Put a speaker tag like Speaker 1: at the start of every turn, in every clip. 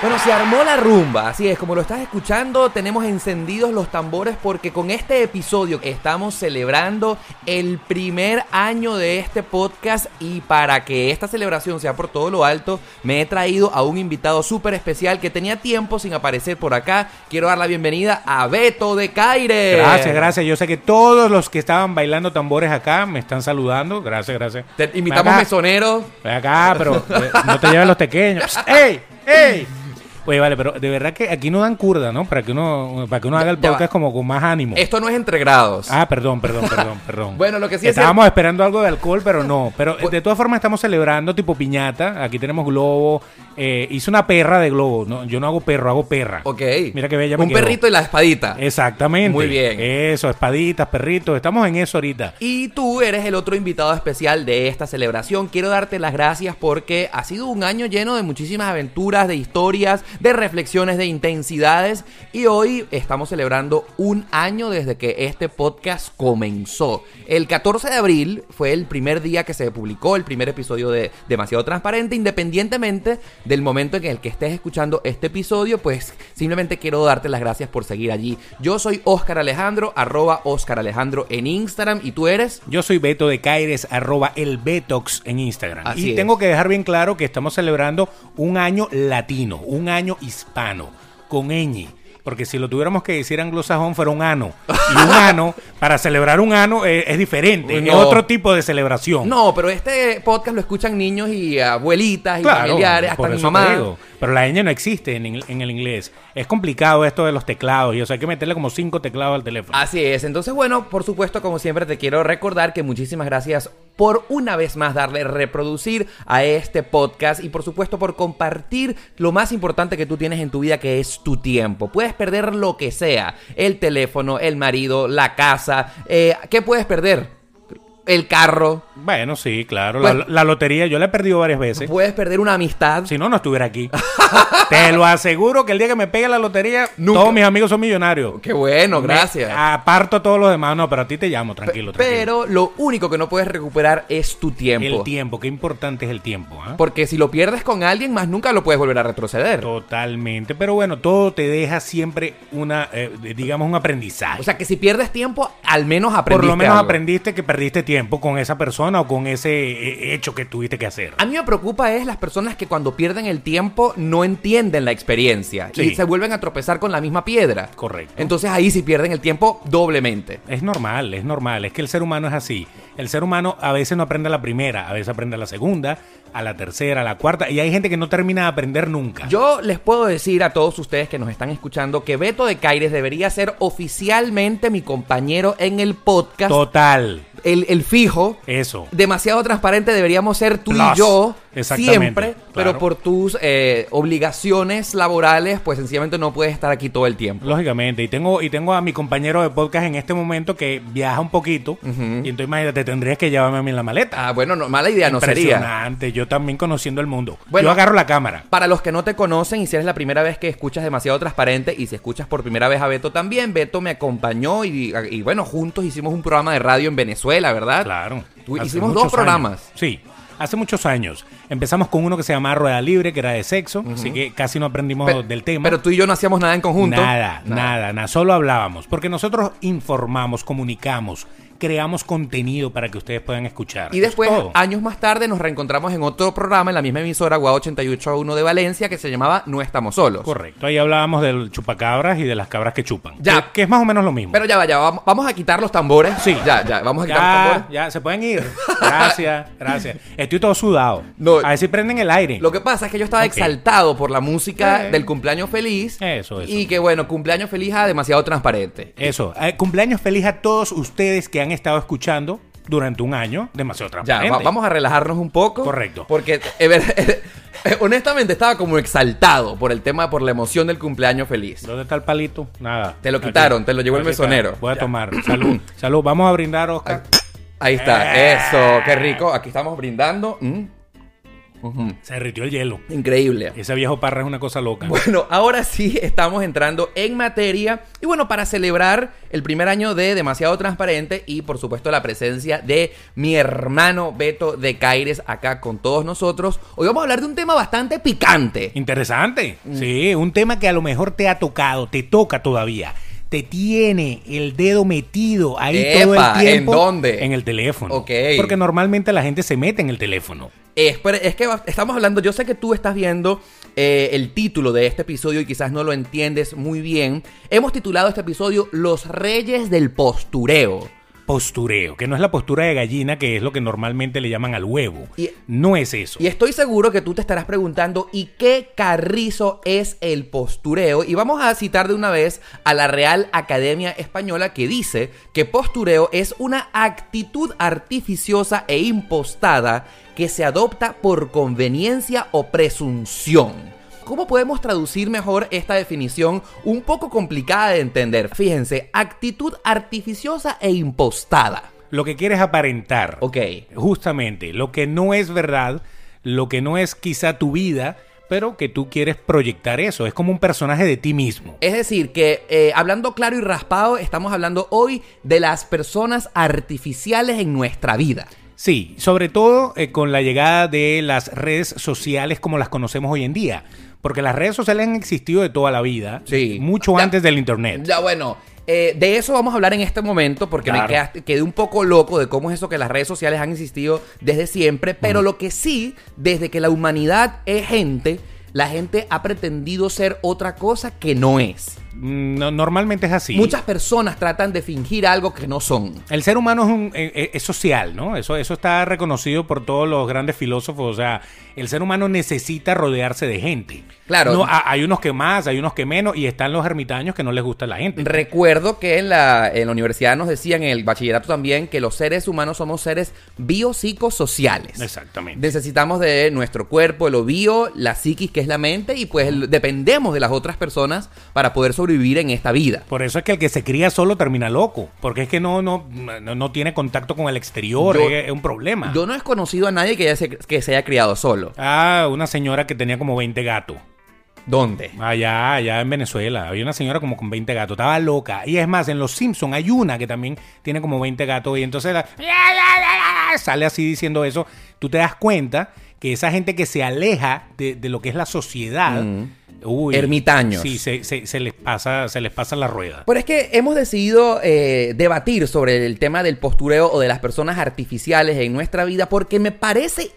Speaker 1: Bueno, se armó la rumba, así es, como lo estás escuchando, tenemos encendidos los tambores porque con este episodio estamos celebrando el primer año de este podcast y para que esta celebración sea por todo lo alto, me he traído a un invitado súper especial que tenía tiempo sin aparecer por acá. Quiero dar la bienvenida a Beto de Caire.
Speaker 2: Gracias, gracias. Yo sé que todos los que estaban bailando tambores acá me están saludando. Gracias, gracias.
Speaker 1: Te invitamos
Speaker 2: Ven acá,
Speaker 1: mesoneros.
Speaker 2: ven acá, pero eh, no te lleven los pequeños. Psst, ¡Ey! ¡Ey! Oye, vale, pero de verdad que aquí no dan curda, ¿no? Para que uno, para que uno haga el
Speaker 1: ya va.
Speaker 2: podcast como con más ánimo.
Speaker 1: Esto no es entre grados.
Speaker 2: Ah, perdón, perdón, perdón, perdón.
Speaker 1: Bueno, lo que sí es
Speaker 2: Estábamos esperando algo de alcohol, pero no. Pero eh, de todas formas estamos celebrando tipo piñata. Aquí tenemos globo. Eh, hice una perra de globo. No, yo no hago perro, hago perra.
Speaker 1: Ok.
Speaker 2: Mira qué bella me
Speaker 1: Un
Speaker 2: quedó.
Speaker 1: perrito y la espadita.
Speaker 2: Exactamente.
Speaker 1: Ah, Muy bien.
Speaker 2: Eso, espaditas, perritos. Estamos en eso ahorita.
Speaker 1: Y tú eres el otro invitado especial de esta celebración. Quiero darte las gracias porque ha sido un año lleno de muchísimas aventuras, de historias, de reflexiones, de intensidades. Y hoy estamos celebrando un año desde que este podcast comenzó. El 14 de abril fue el primer día que se publicó el primer episodio de Demasiado Transparente. Independientemente del momento en el que estés escuchando este episodio, pues simplemente quiero darte las gracias por seguir allí. Yo soy Oscar Alejandro, arroba Oscar Alejandro en Instagram. ¿Y tú eres?
Speaker 2: Yo soy Beto de Caires, arroba el Betox en Instagram.
Speaker 1: Así
Speaker 2: y
Speaker 1: es.
Speaker 2: tengo que dejar bien claro que estamos celebrando un año latino, un año hispano, con ñ. Porque si lo tuviéramos que decir anglosajón fuera un ano. Y un ano, para celebrar un ano eh, es, diferente,
Speaker 1: Uy,
Speaker 2: es
Speaker 1: no.
Speaker 2: otro tipo de celebración.
Speaker 1: No, pero este podcast lo escuchan niños y abuelitas y familiares, hasta
Speaker 2: por
Speaker 1: mi
Speaker 2: eso te
Speaker 1: mamá.
Speaker 2: digo. Pero la ñ no existe en, ing- en el inglés. Es complicado esto de los teclados. Y o sea, hay que meterle como cinco teclados al teléfono.
Speaker 1: Así es, entonces bueno, por supuesto como siempre te quiero recordar que muchísimas gracias por una vez más darle reproducir a este podcast y por supuesto por compartir lo más importante que tú tienes en tu vida que es tu tiempo. Puedes perder lo que sea, el teléfono, el marido, la casa, eh, ¿qué puedes perder? El carro,
Speaker 2: Bueno, sí, claro.
Speaker 1: Bueno.
Speaker 2: la, la lotería yo la he perdido varias veces.
Speaker 1: puedes perder una amistad.
Speaker 2: Si no, no estuviera aquí. Te lo aseguro que el día que me pegue la lotería,
Speaker 1: Nunca.
Speaker 2: todos mis amigos son millonarios.
Speaker 1: Qué bueno,
Speaker 2: Me-
Speaker 1: gracias.
Speaker 2: aparto a todos los demás. No, pero a ti te llamo, tranquilo, tranquilo.
Speaker 1: Pero lo único que no puedes recuperar es tu tiempo.
Speaker 2: el tiempo, qué importante es el tiempo. ¿ah?
Speaker 1: Porque si lo pierdes con alguien más, nunca lo puedes volver a retroceder.
Speaker 2: Totalmente. Pero bueno, todo te deja siempre una, eh, digamos, un aprendizaje.
Speaker 1: O sea que si pierdes tiempo, al menos aprendiste.
Speaker 2: Por lo menos
Speaker 1: algo.
Speaker 2: aprendiste que perdiste tiempo con esa persona o con ese eh, hecho que tuviste que hacer.
Speaker 1: A mí me preocupa es las personas que cuando pierden el tiempo no entienden la experiencia y
Speaker 2: Sí.
Speaker 1: se vuelven a tropezar con la misma piedra.
Speaker 2: Correcto.
Speaker 1: Entonces ahí sí pierden el tiempo doblemente.
Speaker 2: Es normal, es normal. Es que el ser humano es así. El ser humano a veces no aprende a la primera, a veces aprende a la segunda, a la tercera, a la cuarta. Y hay gente que no termina de aprender nunca.
Speaker 1: Yo les puedo decir a todos ustedes que nos están escuchando que Beto de Caires debería ser oficialmente mi compañero en el podcast.
Speaker 2: Total.
Speaker 1: el, el fijo.
Speaker 2: Eso.
Speaker 1: demasiado transparente deberíamos ser tú y
Speaker 2: Plus.
Speaker 1: yo
Speaker 2: Exactamente,
Speaker 1: siempre, pero
Speaker 2: claro.
Speaker 1: por tus eh, obligaciones laborales, pues sencillamente no puedes estar aquí todo el tiempo.
Speaker 2: Lógicamente. Y tengo, y tengo a mi compañero de podcast en este momento que viaja un poquito. Y entonces imagínate, tendrías que llevarme a mí en la maleta.
Speaker 1: Ah, bueno, no, mala idea no sería.
Speaker 2: Impresionante. Yo también conociendo el mundo.
Speaker 1: Bueno.
Speaker 2: Yo agarro la cámara.
Speaker 1: Para los que no te conocen y si eres la primera vez que escuchas demasiado transparente y si escuchas por primera vez a Beto también, Beto me acompañó y, y bueno, juntos hicimos un programa de radio en Venezuela, ¿verdad?
Speaker 2: Claro.
Speaker 1: Tú-
Speaker 2: Hace
Speaker 1: hicimos
Speaker 2: muchos
Speaker 1: dos programas.
Speaker 2: años. Sí. Hace muchos años. Empezamos con uno que se llamaba Rueda Libre, que era de sexo. Así que casi no aprendimos
Speaker 1: Pe-
Speaker 2: del tema.
Speaker 1: Pero tú y yo no hacíamos nada en conjunto.
Speaker 2: Nada, nada, nada. Solo hablábamos. Porque nosotros informamos, comunicamos, creamos contenido para que ustedes puedan escuchar.
Speaker 1: Y
Speaker 2: Eso es
Speaker 1: después,
Speaker 2: Ah,
Speaker 1: ah,
Speaker 2: todo.
Speaker 1: años más tarde, nos reencontramos en otro programa en la misma emisora, Guau 881 de Valencia, que se llamaba No Estamos Solos.
Speaker 2: Correcto. Ahí hablábamos del chupacabras y de las cabras que chupan.
Speaker 1: Ya.
Speaker 2: Que, que es más o menos lo mismo.
Speaker 1: Pero ya vaya, vamos, vamos a quitar los tambores.
Speaker 2: Sí.
Speaker 1: Ya, ya, vamos a quitar los
Speaker 2: ya,
Speaker 1: tambores.
Speaker 2: ya, se pueden ir. Gracias, gracias. Estoy todo sudado.
Speaker 1: No.
Speaker 2: a ver si prenden el aire.
Speaker 1: Lo que pasa es que yo estaba
Speaker 2: Ok.
Speaker 1: exaltado por la música
Speaker 2: Eh.
Speaker 1: del cumpleaños feliz.
Speaker 2: Eso, eso.
Speaker 1: Y que bueno, cumpleaños feliz a demasiado transparente.
Speaker 2: Eso. Eh, cumpleaños feliz a todos ustedes que han estado escuchando durante un año. Demasiado
Speaker 1: Ya,
Speaker 2: transparente.
Speaker 1: va- vamos a relajarnos un poco.
Speaker 2: Correcto.
Speaker 1: Porque eh, ver, Eh, honestamente estaba como exaltado por el tema, por la emoción del cumpleaños feliz.
Speaker 2: ¿Dónde está el palito? Nada.
Speaker 1: Te lo quitaron, te lo llevó el
Speaker 2: Aquí está.
Speaker 1: mesonero.
Speaker 2: Voy a tomar. Salud. Salud. Vamos a brindar, Oscar.
Speaker 1: Ahí está,
Speaker 2: Eh.
Speaker 1: eso, qué rico. Aquí estamos brindando. Mm. Ujú.
Speaker 2: Se derritió el hielo.
Speaker 1: Increíble.
Speaker 2: Ese viejo parra es una cosa loca.
Speaker 1: Bueno, ahora sí estamos entrando en materia. Y bueno, para celebrar el primer año de Demasiado Transparente y por supuesto la presencia de mi hermano Beto de Caires acá con todos nosotros, hoy vamos a hablar de un tema bastante picante.
Speaker 2: Interesante.
Speaker 1: Mm.
Speaker 2: Sí, un tema que a lo mejor te ha tocado, te toca todavía. Te tiene el dedo metido ahí todo
Speaker 1: Epa,
Speaker 2: el
Speaker 1: ¿en
Speaker 2: tiempo.
Speaker 1: dónde?
Speaker 2: En el teléfono.
Speaker 1: Ok.
Speaker 2: Porque normalmente la gente se mete en el teléfono.
Speaker 1: Es, pero es que va- estamos hablando, yo sé que tú estás viendo eh, el título de este episodio y quizás no lo entiendes muy bien. Hemos titulado este episodio Los Reyes del Postureo.
Speaker 2: Postureo, que no es la postura de gallina, que es lo que normalmente le llaman al huevo.
Speaker 1: Y-
Speaker 2: no es eso.
Speaker 1: Y estoy seguro que tú te estarás preguntando, ¿y qué carrizo es el postureo? Y vamos a citar de una vez a la Real Academia Española que dice que postureo es una actitud artificiosa e impostada que se adopta por conveniencia o presunción. ¿Cómo podemos traducir mejor esta definición un poco complicada de entender? Fíjense, actitud artificiosa e impostada.
Speaker 2: Lo que quieres aparentar.
Speaker 1: Ok.
Speaker 2: Justamente, lo que no es verdad, lo que no es quizá tu vida, pero que tú quieres proyectar eso. Es como un personaje de ti mismo.
Speaker 1: Es decir, que eh, hablando claro y raspado, estamos hablando hoy de las personas artificiales en nuestra vida.
Speaker 2: Sí, sobre todo eh, con la llegada de las redes sociales como las conocemos hoy en día. Porque las redes sociales han existido de toda la vida,
Speaker 1: Sí.
Speaker 2: mucho
Speaker 1: Ya-
Speaker 2: antes del Internet.
Speaker 1: Ya bueno, eh, de eso vamos a hablar en este momento porque me
Speaker 2: Claro.
Speaker 1: quedaste- quedé un poco loco de cómo es eso que las redes sociales han existido desde siempre, pero lo que sí, desde que la humanidad es gente, la gente ha pretendido ser otra cosa que no es.
Speaker 2: Mm, no- normalmente es así.
Speaker 1: Muchas personas tratan de fingir algo que no son.
Speaker 2: El ser humano es, un- eh, eh, es social, ¿no? Eso, eso está reconocido por todos los grandes filósofos. O sea, el ser humano necesita rodearse de gente.
Speaker 1: Claro.
Speaker 2: No, ha- hay unos que más, hay unos que menos, y están los ermitaños que no les gusta la gente.
Speaker 1: Recuerdo que en la, en la universidad nos decían, en el bachillerato también, que los seres humanos somos seres biopsicosociales.
Speaker 2: Exactamente.
Speaker 1: Necesitamos de nuestro cuerpo, lo bio, la psiquis, que es la mente, y pues el- dependemos de las otras personas para poder sobrevivir en esta vida.
Speaker 2: Por eso es que el que se cría solo termina loco. Porque es que no, no, no, no tiene contacto con el exterior.
Speaker 1: Yo-
Speaker 2: es, es un problema.
Speaker 1: Yo no he conocido a nadie que, haya se- que se haya criado solo.
Speaker 2: Ah, una señora que tenía como 20 gatos.
Speaker 1: ¿Dónde?
Speaker 2: Allá, allá en Venezuela. Había una señora como con 20 gatos. Estaba loca. Y es más, en Los Simpsons hay una que también tiene como 20 gatos. Y entonces la- sale así diciendo eso. Tú te das cuenta que esa gente que se aleja de, de lo que es la sociedad. uy,
Speaker 1: Mm. Ermitaños.
Speaker 2: Sí, se, se- se les pasa, se les pasa la rueda.
Speaker 1: Pero es que hemos decidido eh, debatir sobre el tema del postureo o de las personas artificiales en nuestra vida porque me parece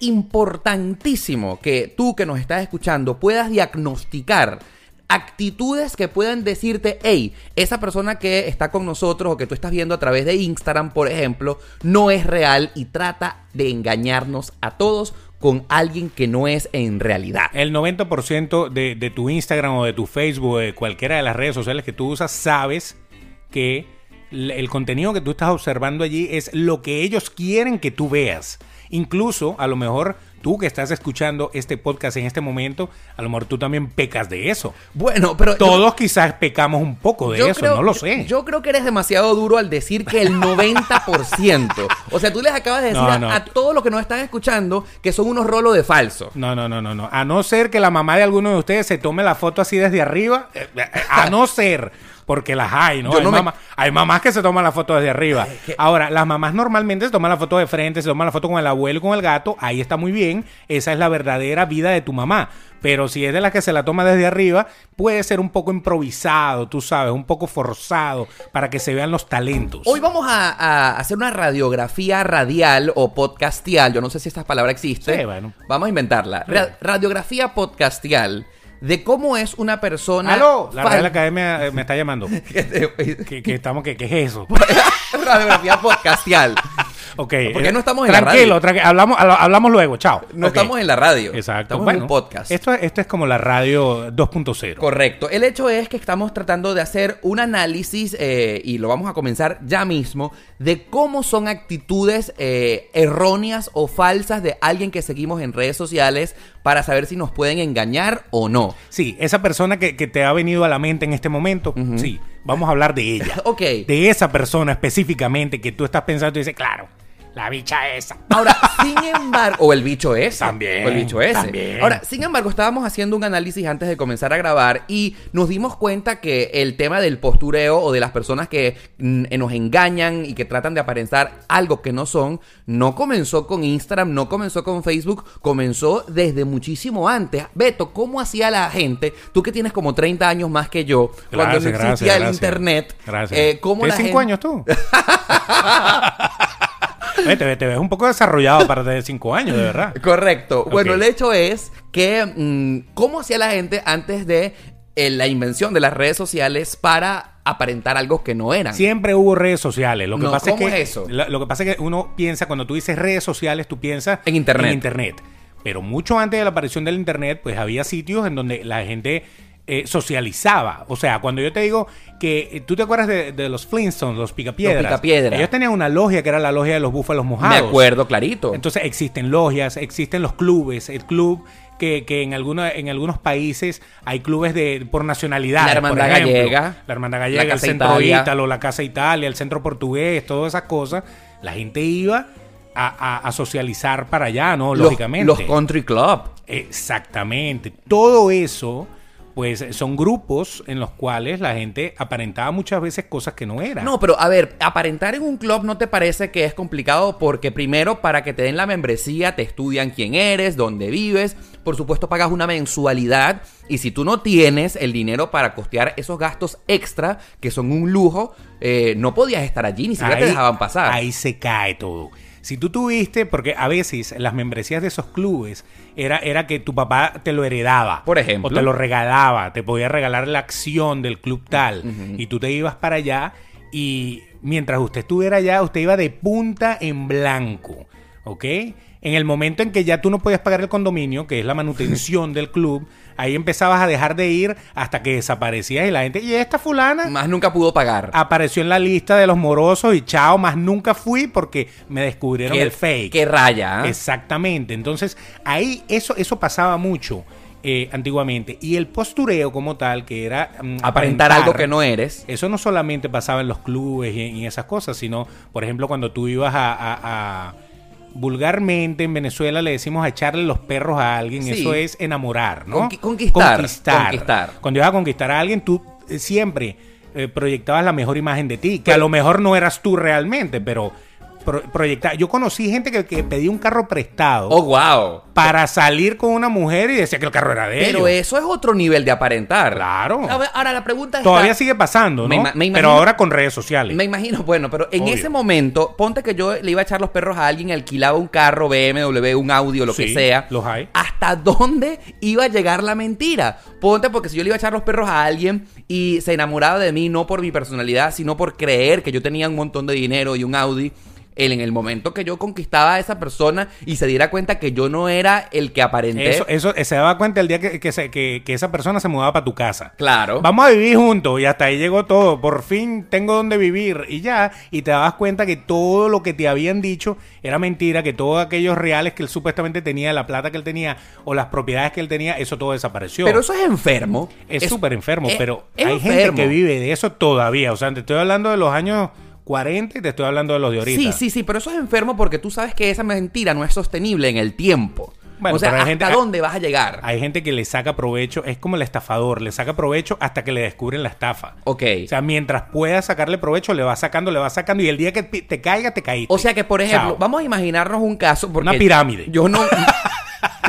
Speaker 1: importantísimo que tú que nos estás escuchando puedas diagnosticar actitudes que puedan decirte, hey, esa persona que está con nosotros o que tú estás viendo a través de Instagram, por ejemplo, no es real y trata de engañarnos a todos con alguien que no es en realidad.
Speaker 2: El 90% de, de tu Instagram o de tu Facebook, o de cualquiera de las redes sociales que tú usas, sabes que l- el contenido que tú estás observando allí es lo que ellos quieren que tú veas. Incluso, a lo mejor, tú que estás escuchando este podcast en este momento, a lo mejor tú también pecas de eso.
Speaker 1: Bueno, pero... yo-
Speaker 2: Todos quizás pecamos un poco de
Speaker 1: Yo
Speaker 2: eso,
Speaker 1: creo-
Speaker 2: no lo sé.
Speaker 1: Yo creo que eres demasiado duro al decir que el 90%. o sea, tú les acabas de decir
Speaker 2: No,
Speaker 1: a-
Speaker 2: no.
Speaker 1: a, todos los que nos están escuchando que son unos rolos de falso.
Speaker 2: No, no, no, no, no. A no ser que la mamá de alguno de ustedes se tome la foto así desde arriba. eh, eh, A no ser. Porque las hay, ¿no?
Speaker 1: Yo
Speaker 2: hay,
Speaker 1: no me-
Speaker 2: mamá- hay mamás que se toman la foto desde arriba. Ahora, las mamás normalmente se toman la foto de frente, se toman la foto con el abuelo, con el gato. Ahí está muy bien. Esa es la verdadera vida de tu mamá. Pero si es de las que se la toma desde arriba, puede ser un poco improvisado, tú sabes, un poco forzado para que se vean los talentos.
Speaker 1: Hoy vamos a, a hacer una radiografía radial o podcastial. Yo no sé si esta palabra existe.
Speaker 2: Sí, bueno.
Speaker 1: Vamos a inventarla. Ra- radiografía podcastial de cómo es una persona.
Speaker 2: ¡Aló! La
Speaker 1: fal-
Speaker 2: Real Academia eh, me está llamando.
Speaker 1: que te-
Speaker 2: ¿Qué, qué estamos, qué, ¿Qué es eso?
Speaker 1: radiografía podcastial.
Speaker 2: Ok. eh,
Speaker 1: ¿Por qué no estamos en la
Speaker 2: tranquilo,
Speaker 1: radio?
Speaker 2: tranquilo, hablamos, habla- hablamos luego, chao.
Speaker 1: No
Speaker 2: Ok.
Speaker 1: estamos en la radio.
Speaker 2: Exacto.
Speaker 1: Estamos en
Speaker 2: Bueno,
Speaker 1: un podcast.
Speaker 2: Esto, esto es como la radio 2.0.
Speaker 1: Correcto. El hecho es que estamos tratando de hacer un análisis, eh, y lo vamos a comenzar ya mismo, de cómo son actitudes eh, erróneas o falsas de alguien que seguimos en redes sociales para saber si nos pueden engañar o no.
Speaker 2: Sí, esa persona que, que te ha venido a la mente en este momento, sí, vamos a hablar de ella.
Speaker 1: Ok.
Speaker 2: De esa persona específicamente que tú estás pensando y dices, claro, la bicha esa.
Speaker 1: Ahora, sin embargo, o el bicho ese.
Speaker 2: También,
Speaker 1: O el bicho ese.
Speaker 2: también.
Speaker 1: Ahora, sin embargo, estábamos haciendo un análisis antes de comenzar a grabar y nos dimos cuenta que el tema del postureo o de las personas que mm, eh, nos engañan y que tratan de aparentar algo que no son, no comenzó con Instagram, no comenzó con Facebook, comenzó desde muchísimo antes. Beto, ¿cómo hacía la gente? Tú que tienes como 30 años más que yo, cuando no
Speaker 2: Gracias,
Speaker 1: existía
Speaker 2: gracias,
Speaker 1: el
Speaker 2: gracias.
Speaker 1: internet.
Speaker 2: Gracias.
Speaker 1: eh, ¿Cómo la gente...
Speaker 2: ¿Tienes cinco años tú? Oye, te, te ves un poco desarrollado para tener cinco años, de verdad.
Speaker 1: Correcto. Bueno,
Speaker 2: Ok.
Speaker 1: el hecho es que mm, cómo hacía la gente antes de eh, la invención de las redes sociales para aparentar algo que no eran.
Speaker 2: Siempre hubo redes sociales. Lo que
Speaker 1: No,
Speaker 2: pasa
Speaker 1: ¿cómo
Speaker 2: es que
Speaker 1: es eso?
Speaker 2: la- lo que pasa es que uno piensa cuando tú dices redes sociales, tú piensas
Speaker 1: En internet.
Speaker 2: internet. Pero mucho antes de la aparición del internet, pues había sitios en donde la gente eh, socializaba. O sea, cuando yo te digo que eh, tú te acuerdas de, de los Flintstones, los picapiedras.
Speaker 1: Los Picapiedra.
Speaker 2: Ellos tenían una logia que era la logia de los búfalos
Speaker 1: Me
Speaker 2: mojados.
Speaker 1: acuerdo clarito.
Speaker 2: Entonces existen logias, existen los clubes, el club que, que en, alguna, en algunos países hay clubes de por nacionalidad.
Speaker 1: La Hermandad
Speaker 2: por ejemplo.
Speaker 1: Gallega,
Speaker 2: La Hermandad Gallega,
Speaker 1: la
Speaker 2: el
Speaker 1: Casa
Speaker 2: Centro
Speaker 1: Italia.
Speaker 2: Ítalo, la Casa Italia, el Centro Portugués, todas esas cosas. La gente iba a, a- a socializar para allá, ¿no?
Speaker 1: Los-
Speaker 2: Lógicamente.
Speaker 1: Los, country club.
Speaker 2: Exactamente. Todo eso, pues son grupos en los cuales la gente aparentaba muchas veces cosas que no eran.
Speaker 1: No, pero a ver, aparentar en un club no te parece que es complicado porque primero para que te den la membresía te estudian quién eres, dónde vives, por supuesto pagas una mensualidad y si tú no tienes el dinero para costear esos gastos extra que son un lujo, eh, no podías estar allí, ni siquiera te dejaban pasar.
Speaker 2: Ahí se cae todo. Si tú tuviste, porque a veces las membresías de esos clubes era, era que tu papá te lo heredaba.
Speaker 1: Por ejemplo.
Speaker 2: O te lo regalaba, te podía regalar la acción del club tal. Y tú te ibas para allá y mientras usted estuviera allá, usted iba de punta en blanco. ¿Ok? En el momento en que ya tú no podías pagar el condominio, que es la manutención del club, ahí empezabas a dejar de ir hasta que desaparecías y la gente, ¿y esta fulana?
Speaker 1: Más nunca pudo pagar.
Speaker 2: apareció en la lista de los morosos y chao, más nunca fui porque me descubrieron
Speaker 1: qué,
Speaker 2: el fake.
Speaker 1: qué raya. ¿eh?
Speaker 2: Exactamente. Entonces, ahí eso, eso pasaba mucho eh, antiguamente. Y el postureo como tal, que era... mm,
Speaker 1: Aparentar algo que no eres.
Speaker 2: Eso no solamente pasaba en los clubes y en y esas cosas, sino, por ejemplo, cuando tú ibas a... a- a- vulgarmente en Venezuela le decimos a echarle los perros a alguien,
Speaker 1: Sí.
Speaker 2: eso es enamorar, ¿no?
Speaker 1: Conqui- conquistar,
Speaker 2: Conquistar.
Speaker 1: conquistar.
Speaker 2: Cuando ibas a conquistar a alguien, tú eh, siempre eh, proyectabas la mejor imagen de ti, que a lo mejor no eras tú realmente, pero pro- proyecta- Yo conocí gente que, que pedía un carro prestado
Speaker 1: Oh, wow.
Speaker 2: para salir con una mujer y decía que el carro era de
Speaker 1: Pero
Speaker 2: ellos.
Speaker 1: eso es otro nivel de aparentar.
Speaker 2: Claro.
Speaker 1: A ver, Ahora la pregunta es...
Speaker 2: Todavía sigue pasando, ¿no?
Speaker 1: Me ima- me imagino-
Speaker 2: pero ahora con redes sociales.
Speaker 1: Me imagino, bueno, pero en
Speaker 2: Obvio.
Speaker 1: ese momento, ponte que yo le iba a echar los perros a alguien, alquilaba un carro, BMW, un audio, lo que
Speaker 2: Sí,
Speaker 1: sea.
Speaker 2: los hay.
Speaker 1: ¿Hasta dónde iba a llegar la mentira? Ponte porque si yo le iba a echar los perros a alguien y se enamoraba de mí, no por mi personalidad, sino por creer que yo tenía un montón de dinero y un Audi. él En el momento que yo conquistaba a esa persona y se diera cuenta que yo no era el que aparenté.
Speaker 2: Eso, eso eh, se daba cuenta el día que, que se- que- que esa persona se mudaba para tu casa.
Speaker 1: Claro.
Speaker 2: Vamos a vivir juntos y hasta ahí llegó todo. Por fin tengo donde vivir y ya. Y te dabas cuenta que todo lo que te habían dicho era mentira, que todos aquellos reales que él supuestamente tenía, la plata que él tenía o las propiedades que él tenía, eso todo desapareció.
Speaker 1: Pero eso es enfermo.
Speaker 2: es súper enfermo,
Speaker 1: es-
Speaker 2: pero
Speaker 1: es
Speaker 2: hay
Speaker 1: enfermo.
Speaker 2: gente que vive de eso todavía. O sea, te estoy hablando de los años 40 y te estoy hablando de los de ahorita.
Speaker 1: Sí, sí, sí, pero eso es enfermo porque tú sabes que esa mentira no es sostenible en el tiempo.
Speaker 2: Bueno,
Speaker 1: o sea,
Speaker 2: pero hay
Speaker 1: ¿hasta
Speaker 2: gente-
Speaker 1: dónde vas a llegar?
Speaker 2: Hay gente que le saca provecho, es como el estafador, le saca provecho hasta que le descubren la estafa.
Speaker 1: ok.
Speaker 2: O sea, mientras puedas sacarle provecho, le vas sacando, le vas sacando. Y el día que pi- te caiga, te caíste.
Speaker 1: O sea que, por ejemplo,
Speaker 2: Chao.
Speaker 1: vamos a imaginarnos un caso. Porque
Speaker 2: Una pirámide.
Speaker 1: Yo no.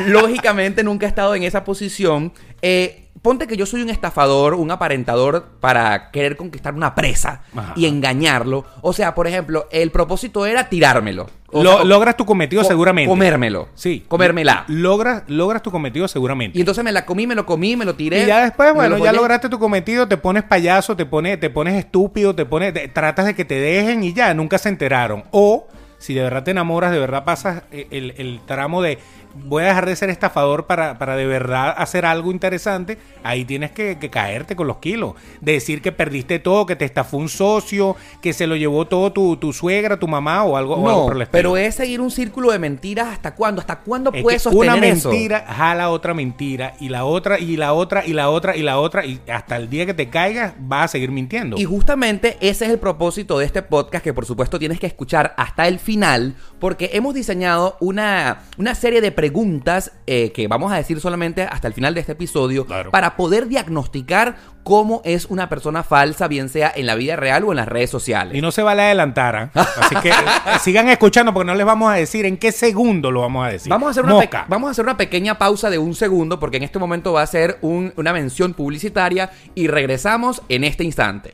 Speaker 1: lógicamente nunca he estado en esa posición. Eh, ponte que yo soy un estafador, un aparentador para querer conquistar una presa
Speaker 2: Ajá.
Speaker 1: y engañarlo. O sea, por ejemplo, el propósito era tirármelo. O
Speaker 2: Lo-
Speaker 1: sea,
Speaker 2: logras tu cometido
Speaker 1: co-
Speaker 2: seguramente.
Speaker 1: Comérmelo.
Speaker 2: Sí.
Speaker 1: Comérmela.
Speaker 2: Logras, logras tu cometido seguramente.
Speaker 1: Y
Speaker 2: Y,
Speaker 1: entonces me la comí, me lo comí, me lo tiré.
Speaker 2: ya después,
Speaker 1: me
Speaker 2: bueno, ya
Speaker 1: follé.
Speaker 2: lograste tu cometido, te pones payaso, te pones, te pones estúpido, te pones, te- tratas de que te dejen y ya, nunca se enteraron. O si de verdad te enamoras, de verdad pasas eh, el, el tramo de voy a dejar de ser estafador para, para de verdad hacer algo interesante, ahí tienes que, que caerte con los kilos. Decir que perdiste todo, que te estafó un socio, que se lo llevó todo tu, tu suegra, tu mamá o algo, o algo
Speaker 1: No,
Speaker 2: por el estilo.
Speaker 1: pero es seguir un círculo de mentiras hasta cuándo, hasta cuándo
Speaker 2: Es
Speaker 1: puedes
Speaker 2: que
Speaker 1: sostener
Speaker 2: una
Speaker 1: eso?
Speaker 2: mentira jala otra mentira y la otra y la otra y la otra y la otra y hasta el día que te caigas vas a seguir mintiendo.
Speaker 1: Y justamente ese es el propósito de este podcast que por supuesto tienes que escuchar hasta el final porque hemos diseñado una, una serie de preguntas eh, que vamos a decir solamente hasta el final de este episodio
Speaker 2: Claro.
Speaker 1: para poder diagnosticar cómo es una persona falsa, bien sea en la vida real o en las redes sociales.
Speaker 2: Y no se vale adelantar. ¿ah? Así que eh, sigan escuchando porque no les vamos a decir en qué segundo lo vamos a decir.
Speaker 1: Vamos a, hacer una pe-
Speaker 2: Moca.
Speaker 1: vamos a hacer una pequeña pausa de un segundo porque en este momento va a ser un- una mención publicitaria y regresamos en este instante.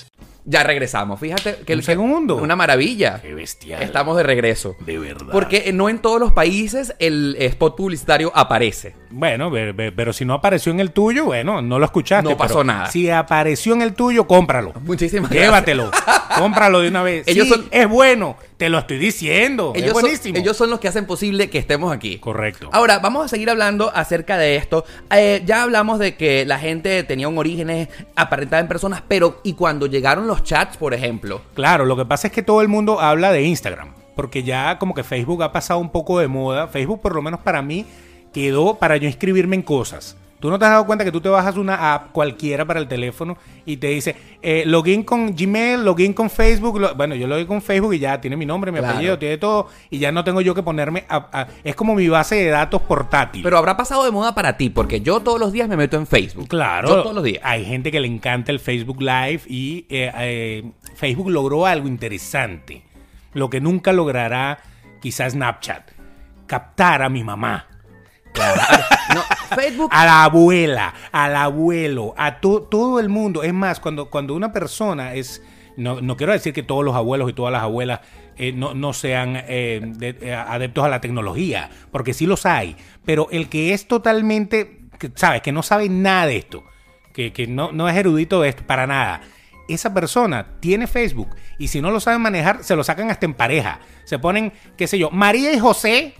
Speaker 1: Ya regresamos. Fíjate que
Speaker 2: Un
Speaker 1: que-
Speaker 2: segundo.
Speaker 1: Una maravilla.
Speaker 2: Qué bestial.
Speaker 1: Estamos de regreso.
Speaker 2: De verdad.
Speaker 1: Porque no en todos los países el spot publicitario aparece.
Speaker 2: Bueno, ve- ve- pero si no apareció en el tuyo, bueno, no lo escuchaste.
Speaker 1: No pasó
Speaker 2: pero
Speaker 1: nada.
Speaker 2: Si apareció en el tuyo, cómpralo.
Speaker 1: Muchísimas gracias.
Speaker 2: Llévatelo. Cómpralo de una vez.
Speaker 1: Ellos
Speaker 2: Sí,
Speaker 1: son-
Speaker 2: es bueno. Te lo estoy diciendo. es
Speaker 1: Ellos son,
Speaker 2: buenísimo.
Speaker 1: ellos son los que hacen posible que estemos aquí.
Speaker 2: Correcto.
Speaker 1: Ahora, vamos a seguir hablando acerca de esto. Eh, ya hablamos de que la gente tenía un origen, aparentaba en personas, pero ¿y cuando llegaron los chats, por ejemplo?
Speaker 2: Claro, lo que pasa es que todo el mundo habla de Instagram, porque ya como que Facebook ha pasado un poco de moda. Facebook, por lo menos para mí, quedó para yo inscribirme en cosas. Tú no te has dado cuenta que tú te bajas una app cualquiera para el teléfono y te dice eh, login con Gmail, login con Facebook. lo- bueno, yo login con Facebook y ya tiene mi nombre, mi
Speaker 1: Claro.
Speaker 2: apellido, tiene todo y ya no tengo yo que ponerme a, a- es como mi base de datos portátil.
Speaker 1: Pero habrá pasado de moda para ti, porque yo todos los días me meto en Facebook.
Speaker 2: Claro.
Speaker 1: Yo todos los días.
Speaker 2: Hay gente que le encanta el Facebook Live y eh, eh, Facebook logró algo interesante. Lo que nunca logrará quizás Snapchat. Captar a mi mamá,
Speaker 1: Ah, No, Facebook.
Speaker 2: a la abuela, al abuelo, a to- todo el mundo. Es más, cuando, cuando una persona es... No, no quiero decir que todos los abuelos y todas las abuelas eh, no, no sean eh, de- eh, adeptos a la tecnología, porque sí los hay. Pero el que es totalmente, que, ¿sabes? Que no sabe nada de esto, que, que no, no es erudito de esto para nada. Esa persona tiene Facebook y si no lo saben manejar, se lo sacan hasta en pareja. Se ponen, qué sé yo, María y José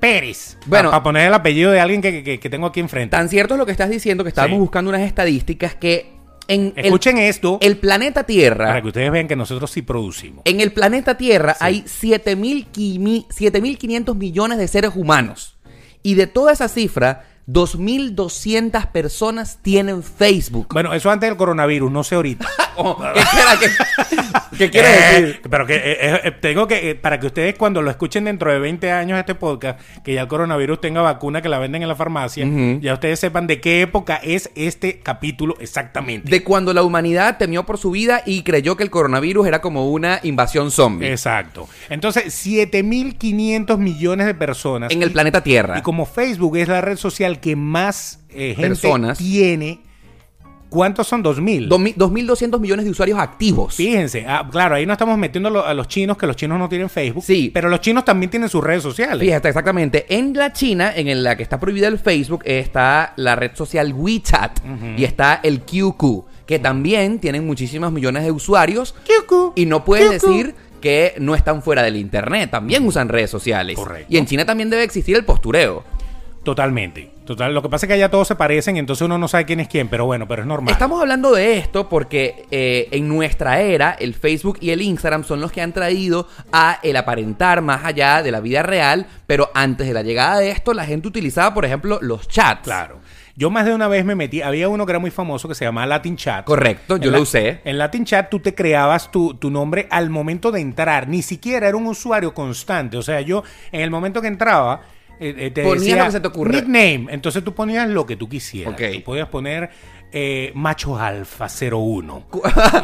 Speaker 2: Pérez.
Speaker 1: Bueno.
Speaker 2: Bueno, para poner el apellido de alguien que, que- que tengo aquí enfrente.
Speaker 1: Tan cierto es lo que estás diciendo que estábamos
Speaker 2: Sí.
Speaker 1: buscando unas estadísticas que en el-
Speaker 2: Escuchen esto
Speaker 1: el planeta Tierra.
Speaker 2: para que ustedes vean que nosotros sí producimos.
Speaker 1: En el planeta Tierra hay 7.500 millones de seres humanos. Y de toda esa cifra, 2.200 personas tienen Facebook.
Speaker 2: Bueno, eso antes del coronavirus, no sé ahorita.
Speaker 1: Oh, ¿Qué, espera, qué- qué quieres
Speaker 2: Eh,
Speaker 1: decir?
Speaker 2: Pero que eh, eh, eh, tengo que, eh, para que ustedes cuando lo escuchen dentro de 20 años este podcast, que ya el coronavirus tenga vacuna que la venden en la farmacia, ya ustedes sepan de qué época es este capítulo exactamente.
Speaker 1: De cuando la humanidad temió por su vida y creyó que el coronavirus era como una invasión zombie
Speaker 2: Exacto. Entonces, 7.500 millones de personas.
Speaker 1: en el
Speaker 2: Y-
Speaker 1: planeta Tierra.
Speaker 2: Y como Facebook es la red social que más eh, gente
Speaker 1: Personas.
Speaker 2: tiene, ¿cuántos son? 2.000.
Speaker 1: Dos mil- 2.200 millones de usuarios activos.
Speaker 2: Fíjense, ah, claro, ahí no estamos metiendo lo- a los chinos, que los chinos no tienen Facebook.
Speaker 1: Sí.
Speaker 2: Pero los chinos también tienen sus redes sociales.
Speaker 1: Fíjate, exactamente. En la China, en la que está prohibida el Facebook, está la red social WeChat y está el QQ, que también tienen muchísimos millones de usuarios.
Speaker 2: QQ.
Speaker 1: Y no puedes
Speaker 2: QQ.
Speaker 1: decir que no están fuera del Internet, también usan redes sociales.
Speaker 2: Correcto.
Speaker 1: Y en China también debe existir el postureo.
Speaker 2: Totalmente. Total, lo que pasa es que allá todos se parecen, entonces uno no sabe quién es quién, pero bueno, pero es normal.
Speaker 1: Estamos hablando de esto porque eh, en nuestra era el Facebook y el Instagram son los que han traído a el aparentar más allá de la vida real, pero antes de la llegada de esto la gente utilizaba, por ejemplo, los chats.
Speaker 2: Claro. Yo más de una vez me metí, había uno que era muy famoso que se llamaba Latin Chat.
Speaker 1: Correcto, yo
Speaker 2: En
Speaker 1: lo
Speaker 2: la-
Speaker 1: usé.
Speaker 2: En Latin Chat tú te creabas tu, tu nombre al momento de entrar, ni siquiera era un usuario constante, o sea, yo en el momento que entraba... eh, eh, te
Speaker 1: Ponías
Speaker 2: decía,
Speaker 1: lo que se te ocurra.
Speaker 2: Nickname. Entonces tú ponías lo que tú quisieras.
Speaker 1: Ok.
Speaker 2: Tú podías poner eh, Macho Alfa 01.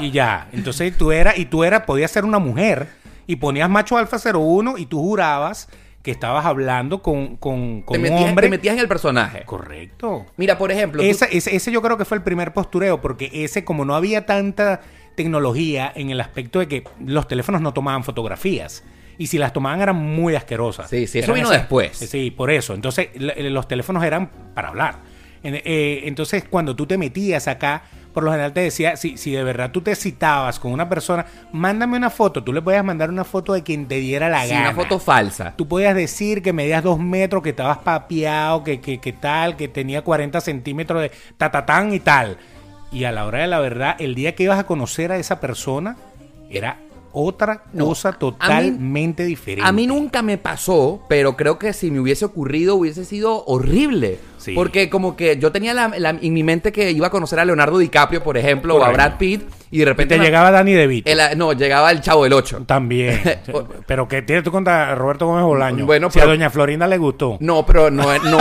Speaker 2: y ya. Entonces tú eras, y tú eras, podías ser una mujer. y ponías macho alfa 01 y tú jurabas que estabas hablando con, con, con
Speaker 1: te,
Speaker 2: un
Speaker 1: metías,
Speaker 2: hombre.
Speaker 1: te metías en el personaje.
Speaker 2: Correcto.
Speaker 1: Mira, por ejemplo, tú-
Speaker 2: Esa- ese, ese yo creo que fue el primer postureo, porque ese, como no había tanta tecnología en el aspecto de que los teléfonos no tomaban fotografías. Y si las tomaban eran muy asquerosas.
Speaker 1: Sí, sí, eso
Speaker 2: Eran
Speaker 1: vino después.
Speaker 2: Sí, por eso. Entonces, la- eh, los teléfonos eran para hablar. En- eh, entonces, cuando tú te metías acá, por lo general te decía, si, si de verdad tú te citabas con una persona, mándame una foto. Tú le podías mandar una foto de quien te diera la
Speaker 1: sí,
Speaker 2: gana.
Speaker 1: una foto falsa.
Speaker 2: Tú podías decir que medías dos metros, que estabas papeado, que, que, que tal, que tenía 40 centímetros de tatatán y tal. Y a la hora de la verdad, el día que ibas a conocer a esa persona, era otra
Speaker 1: No, a
Speaker 2: cosa
Speaker 1: mí-
Speaker 2: totalmente diferente.
Speaker 1: A mí nunca me pasó, pero creo que si me hubiese ocurrido hubiese sido horrible.
Speaker 2: Sí.
Speaker 1: Porque como que yo tenía la- la- en mi mente que iba a conocer a Leonardo DiCaprio, por ejemplo, o a
Speaker 2: Correcto.
Speaker 1: Brad Pitt, y de
Speaker 2: Y
Speaker 1: repente...
Speaker 2: te
Speaker 1: una-
Speaker 2: llegaba Dani De Vito.
Speaker 1: el- no, llegaba el Chavo del 8.
Speaker 2: También. pero ¿qué tienes tú contra Roberto Gómez Bolaño?
Speaker 1: Bueno,
Speaker 2: si a
Speaker 1: pero-
Speaker 2: doña Florinda le gustó.
Speaker 1: No, pero no, no,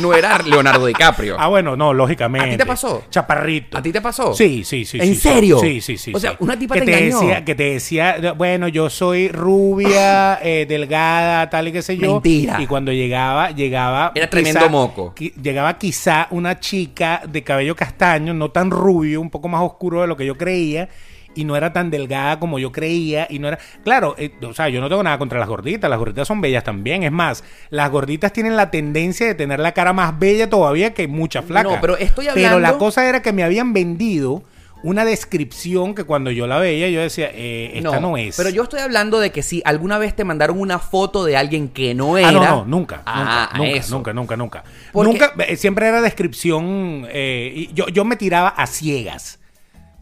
Speaker 1: no era Leonardo DiCaprio.
Speaker 2: Ah, bueno, no, lógicamente.
Speaker 1: ¿A ti te pasó?
Speaker 2: Chaparrito.
Speaker 1: ¿A ti te pasó?
Speaker 2: Sí, sí, sí.
Speaker 1: ¿En
Speaker 2: sí, sí.
Speaker 1: serio?
Speaker 2: Sí, sí, sí.
Speaker 1: O sea,
Speaker 2: sí.
Speaker 1: una tipa
Speaker 2: que
Speaker 1: te
Speaker 2: te
Speaker 1: engañó.
Speaker 2: Decía, que te decía, bueno, yo soy rubia, eh, delgada, tal y qué sé yo.
Speaker 1: Mentira.
Speaker 2: Y cuando llegaba, llegaba.
Speaker 1: Era tremendo moco.
Speaker 2: qui- llegaba quizá una chica de cabello castaño, no tan rubio, un poco más oscuro de lo que yo creía. Y no era tan delgada como yo creía. Y no era. Claro, eh, o sea, yo no tengo nada contra las gorditas. Las gorditas son bellas también. Es más, las gorditas tienen la tendencia de tener la cara más bella todavía que muchas flacas.
Speaker 1: No, pero estoy
Speaker 2: Pero la
Speaker 1: hablando-
Speaker 2: cosa cosa era que me habían vendido una descripción que cuando yo la veía yo decía, eh, esta no, es.
Speaker 1: Pero yo estoy hablando de que si alguna vez te mandaron una foto de alguien que no era.
Speaker 2: Ah, no, no, nunca,
Speaker 1: Ah,
Speaker 2: nunca, nunca,
Speaker 1: eso.
Speaker 2: nunca, nunca, nunca.
Speaker 1: Porque-
Speaker 2: Nunca, eh, siempre era descripción, eh, y yo, yo me tiraba a ciegas.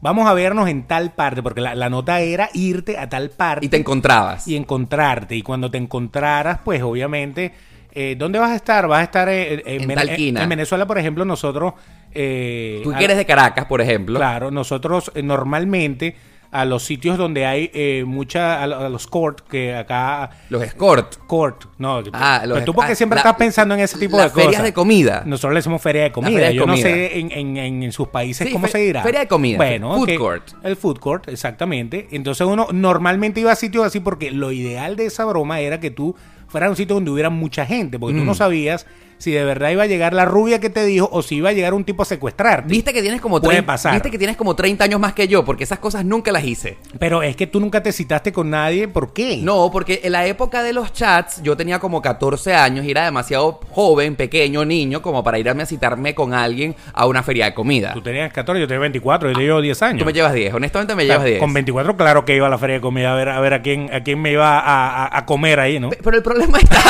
Speaker 2: Vamos a vernos en tal parte, porque la, la nota era irte a tal parte
Speaker 1: Y te encontrabas.
Speaker 2: y encontrarte. Y cuando te encontraras, pues obviamente, eh, ¿dónde vas a estar? Vas a estar eh, eh,
Speaker 1: En
Speaker 2: Vene-
Speaker 1: tal esquina.
Speaker 2: en Venezuela, por ejemplo, nosotros... eh,
Speaker 1: Tú
Speaker 2: a-
Speaker 1: que eres de Caracas, por ejemplo.
Speaker 2: Claro, nosotros eh, normalmente a los sitios donde hay eh, mucha, a, lo- a los court, que acá...
Speaker 1: Los escort.
Speaker 2: Court, no.
Speaker 1: Ah, los-
Speaker 2: pero tú porque
Speaker 1: ah,
Speaker 2: siempre
Speaker 1: la-
Speaker 2: estás pensando en ese tipo
Speaker 1: las
Speaker 2: de cosas.
Speaker 1: ferias de comida.
Speaker 2: Nosotros le decimos feria de comida.
Speaker 1: feria de
Speaker 2: Yo
Speaker 1: comida.
Speaker 2: no sé en, en- en- en sus países
Speaker 1: Sí,
Speaker 2: cómo
Speaker 1: fe-
Speaker 2: se dirá.
Speaker 1: feria de comida,
Speaker 2: Bueno,
Speaker 1: food
Speaker 2: que-
Speaker 1: court.
Speaker 2: El food court, exactamente. Entonces uno normalmente iba a sitios así porque lo ideal de esa broma era que tú fueras a un sitio donde hubiera mucha gente, porque
Speaker 1: Mm.
Speaker 2: tú no sabías si de verdad iba a llegar la rubia que te dijo o si iba a llegar un tipo a secuestrarte.
Speaker 1: Viste que tienes como
Speaker 2: Puede
Speaker 1: 30
Speaker 2: pasar.
Speaker 1: Viste que tienes como 30 años más que yo, porque esas cosas nunca las hice.
Speaker 2: Pero es que tú nunca te citaste con nadie, ¿por qué?
Speaker 1: No, porque en la época de los chats yo tenía como 14 años y era demasiado joven, pequeño, niño, como para irme a citarme con alguien a una feria de comida.
Speaker 2: Tú
Speaker 1: Tú,
Speaker 2: tenías 14, yo tenía 24, yo te llevo 10 años.
Speaker 1: me llevas 10, honestamente me llevas 10.
Speaker 2: Con 24, claro que iba a la feria de comida a ver a, ver a, quién, a quién me iba a, a- a comer ahí, ¿no?
Speaker 1: Pe- Pero el problema está.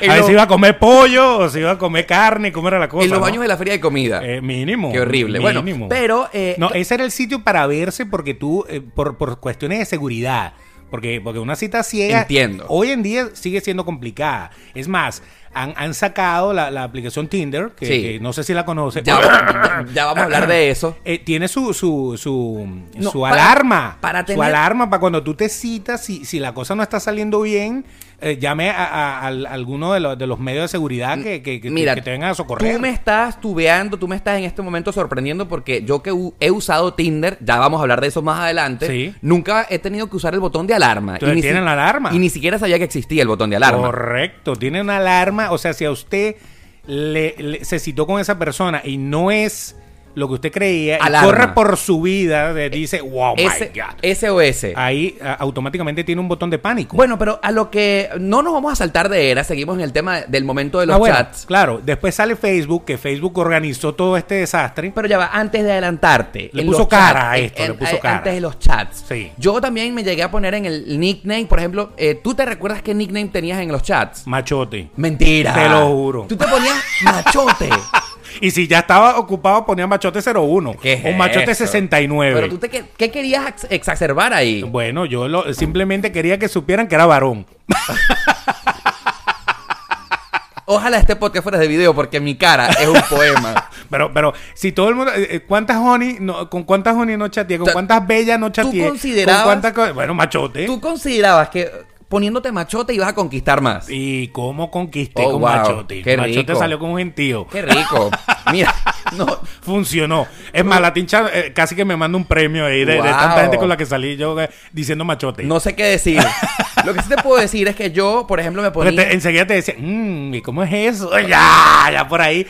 Speaker 1: en
Speaker 2: a ver
Speaker 1: los-
Speaker 2: si iba a comer pollo o si iba a comer carne, cómo era la cosa.
Speaker 1: en los
Speaker 2: ¿no?
Speaker 1: baños de la feria de comida.
Speaker 2: Eh, mínimo.
Speaker 1: Qué horrible. Bueno, pero, eh,
Speaker 2: no,
Speaker 1: to-
Speaker 2: ese era el sitio para verse porque tú, eh, por, por cuestiones de seguridad. Porque, porque una cita ciega.
Speaker 1: Entiendo.
Speaker 2: Hoy en día sigue siendo complicada. Es más, han, han sacado la, la aplicación Tinder, que,
Speaker 1: Sí.
Speaker 2: que no sé si la conoces.
Speaker 1: ya, ya- ya vamos a hablar de eso.
Speaker 2: Eh, tiene su su, su,
Speaker 1: No,
Speaker 2: su
Speaker 1: para-
Speaker 2: alarma.
Speaker 1: para
Speaker 2: Su
Speaker 1: tener-
Speaker 2: alarma para cuando tú te citas, si, si la cosa no está saliendo bien, eh, llame a, a- al- alguno de los, de los medios de seguridad que, que, que-
Speaker 1: Mira,
Speaker 2: que te vengan a socorrer.
Speaker 1: Tú me estás tubeando, tú me estás en este momento sorprendiendo porque yo que u- he usado Tinder, ya vamos a hablar de eso más adelante,
Speaker 2: Sí.
Speaker 1: nunca he tenido que usar el botón de alarma.
Speaker 2: Entonces, ¿tienen la alarma?
Speaker 1: Y ni siquiera sabía que existía el botón de alarma.
Speaker 2: Correcto, tiene una alarma. O sea, si a usted le, le- se citó con esa persona y no es lo que usted creía, y
Speaker 1: Alarma. Eh,
Speaker 2: corre por su vida, le dice, wow,
Speaker 1: S-
Speaker 2: oh my God.
Speaker 1: SOS.
Speaker 2: Ahí a- automáticamente tiene un botón de
Speaker 1: eh,
Speaker 2: pánico.
Speaker 1: Bueno, pero a lo que no nos vamos a saltar de era, seguimos en el tema del momento de los
Speaker 2: Ah, bueno,
Speaker 1: chats.
Speaker 2: Claro, después sale Facebook, que Facebook organizó todo este desastre.
Speaker 1: Pero ya va, antes de adelantarte.
Speaker 2: Le
Speaker 1: en
Speaker 2: puso
Speaker 1: los
Speaker 2: cara
Speaker 1: chats,
Speaker 2: a esto, le puso cara.
Speaker 1: Antes de los chats.
Speaker 2: Sí.
Speaker 1: Yo también me llegué a poner en el nickname, por ejemplo, eh, ¿tú te recuerdas qué nickname tenías en los chats?
Speaker 2: Machote.
Speaker 1: Mentira.
Speaker 2: Te lo juro.
Speaker 1: Tú te ponías machote.
Speaker 2: Y si ya estaba ocupado, ponía machote 01
Speaker 1: ¿Qué es
Speaker 2: o machote
Speaker 1: eso?
Speaker 2: 69.
Speaker 1: Pero tú te, que- ¿qué querías ex- exacerbar ahí?
Speaker 2: Bueno, yo lo- simplemente quería que supieran que era varón.
Speaker 1: Ojalá este podcast fuera de video porque mi cara es un poema.
Speaker 2: Pero, pero, si todo el mundo, eh, eh, ¿cuántas honey, no- con cuántas honey no chateé?
Speaker 1: O
Speaker 2: ¿Con
Speaker 1: sea,
Speaker 2: cuántas bellas no chateé? ¿Con
Speaker 1: considerabas-
Speaker 2: cuántas co- bueno, machote.
Speaker 1: Tú considerabas que poniéndote machote ibas a conquistar más.
Speaker 2: ¿Y cómo conquisté
Speaker 1: Oh,
Speaker 2: con
Speaker 1: wow,
Speaker 2: machote?
Speaker 1: qué
Speaker 2: machote
Speaker 1: rico.
Speaker 2: salió con un gentío.
Speaker 1: Qué rico. Mira,
Speaker 2: Funcionó. Es más, la tincha eh, casi que me manda un premio ahí de, de
Speaker 1: Wow.
Speaker 2: tanta gente con la que salí yo eh, diciendo machote.
Speaker 1: No sé qué decir. Lo que sí te puedo decir es que yo, por ejemplo, me
Speaker 2: Porque
Speaker 1: ponía.
Speaker 2: te- enseguida te decía, "Mm, ¿y cómo es eso? Ya, ya por ahí.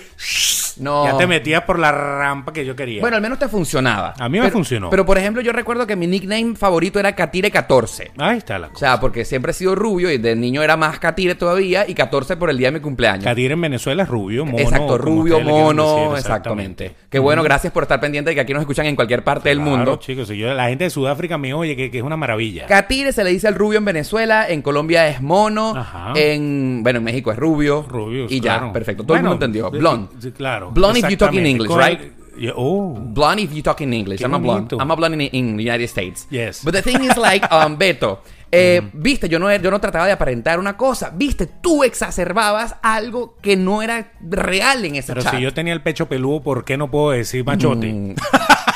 Speaker 1: No.
Speaker 2: Ya te metías por la rampa que yo quería.
Speaker 1: Bueno, al menos te funcionaba.
Speaker 2: A mí me
Speaker 1: Pero-
Speaker 2: funcionó.
Speaker 1: Pero por ejemplo, yo recuerdo que mi nickname favorito era Catire 14.
Speaker 2: ahí está la
Speaker 1: O
Speaker 2: cosa.
Speaker 1: sea, porque siempre he sido rubio y de niño era más Catire todavía y 14 por el día de mi cumpleaños.
Speaker 2: Kadir en Venezuela es rubio, mono.
Speaker 1: exacto,
Speaker 2: como
Speaker 1: rubio,
Speaker 2: ustedes le quieran
Speaker 1: mono,
Speaker 2: decir,
Speaker 1: exactamente. Qué bueno, gracias por estar pendiente de que aquí nos escuchan en cualquier parte del
Speaker 2: Claro,
Speaker 1: mundo.
Speaker 2: chicos, si yo- la gente de Sudáfrica me oye que, que es una maravilla.
Speaker 1: Catire se le dice al rubio en Venezuela, en Colombia es mono,
Speaker 2: Ajá.
Speaker 1: en bueno, en México es rubio.
Speaker 2: Rubios,
Speaker 1: y
Speaker 2: claro.
Speaker 1: ya, perfecto. Todo el
Speaker 2: Bueno,
Speaker 1: mundo entendió.
Speaker 2: sí,
Speaker 1: Blonde.
Speaker 2: sí, claro.
Speaker 1: Blonde if you talk in
Speaker 2: exactamente.
Speaker 1: English,
Speaker 2: Con-
Speaker 1: right?
Speaker 2: Yeah, oh.
Speaker 1: Blonde if you talk in English.
Speaker 2: Qué
Speaker 1: I'm a blonde.
Speaker 2: bonito.
Speaker 1: I'm a blonde in, in the United States.
Speaker 2: Yes. Mm.
Speaker 1: But the thing is like, um, Beto, eh, viste, yo no, yo no trataba de aparentar una cosa. Viste, tú exacerbabas algo que no era real en ese
Speaker 2: Pero
Speaker 1: chat. Mm.
Speaker 2: si yo tenía el pecho peludo, ¿por qué no puedo decir machote?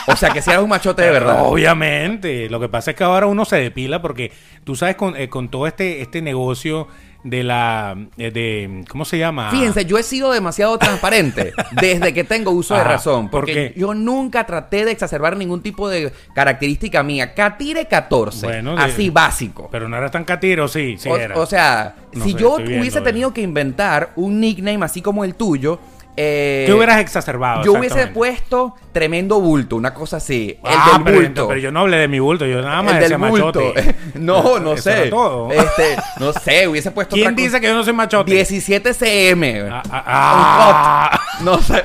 Speaker 1: O sea, que si eras un machote de verdad.
Speaker 2: Eh, Obviamente. Lo que pasa es que ahora uno se depila porque tú sabes con, eh, con todo este, este negocio de la... eh, de, ¿Cómo se llama?
Speaker 1: Fíjense, yo he sido demasiado transparente desde que tengo uso de
Speaker 2: Ajá,
Speaker 1: razón.
Speaker 2: ¿por
Speaker 1: Porque
Speaker 2: qué?
Speaker 1: yo nunca traté de exacerbar ningún tipo de característica mía. Catire 14.
Speaker 2: Bueno, de-
Speaker 1: así básico.
Speaker 2: Pero no era tan catiro, sí, sí
Speaker 1: o,
Speaker 2: era.
Speaker 1: o sea,
Speaker 2: No
Speaker 1: si
Speaker 2: sé,
Speaker 1: yo
Speaker 2: estoy viendo,
Speaker 1: hubiese
Speaker 2: eh.
Speaker 1: tenido que inventar un nickname así como el tuyo, eh,
Speaker 2: ¿Qué hubieras exacerbado?
Speaker 1: yo hubiese
Speaker 2: Exactamente.
Speaker 1: puesto tremendo bulto, una cosa así.
Speaker 2: Ah,
Speaker 1: el del
Speaker 2: pero,
Speaker 1: bulto.
Speaker 2: Pero yo no hablé de mi bulto, yo nada más
Speaker 1: el
Speaker 2: decía
Speaker 1: del bulto.
Speaker 2: machote.
Speaker 1: no, no
Speaker 2: Eso
Speaker 1: sé.
Speaker 2: era todo.
Speaker 1: Este, no sé, hubiese puesto
Speaker 2: ¿Quién
Speaker 1: otra
Speaker 2: dice
Speaker 1: cosa.
Speaker 2: que yo no soy machote?
Speaker 1: 17 CM.
Speaker 2: Ah, ah, ah.
Speaker 1: Un hot. No sé.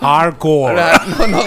Speaker 2: Hardcore.
Speaker 1: No, no.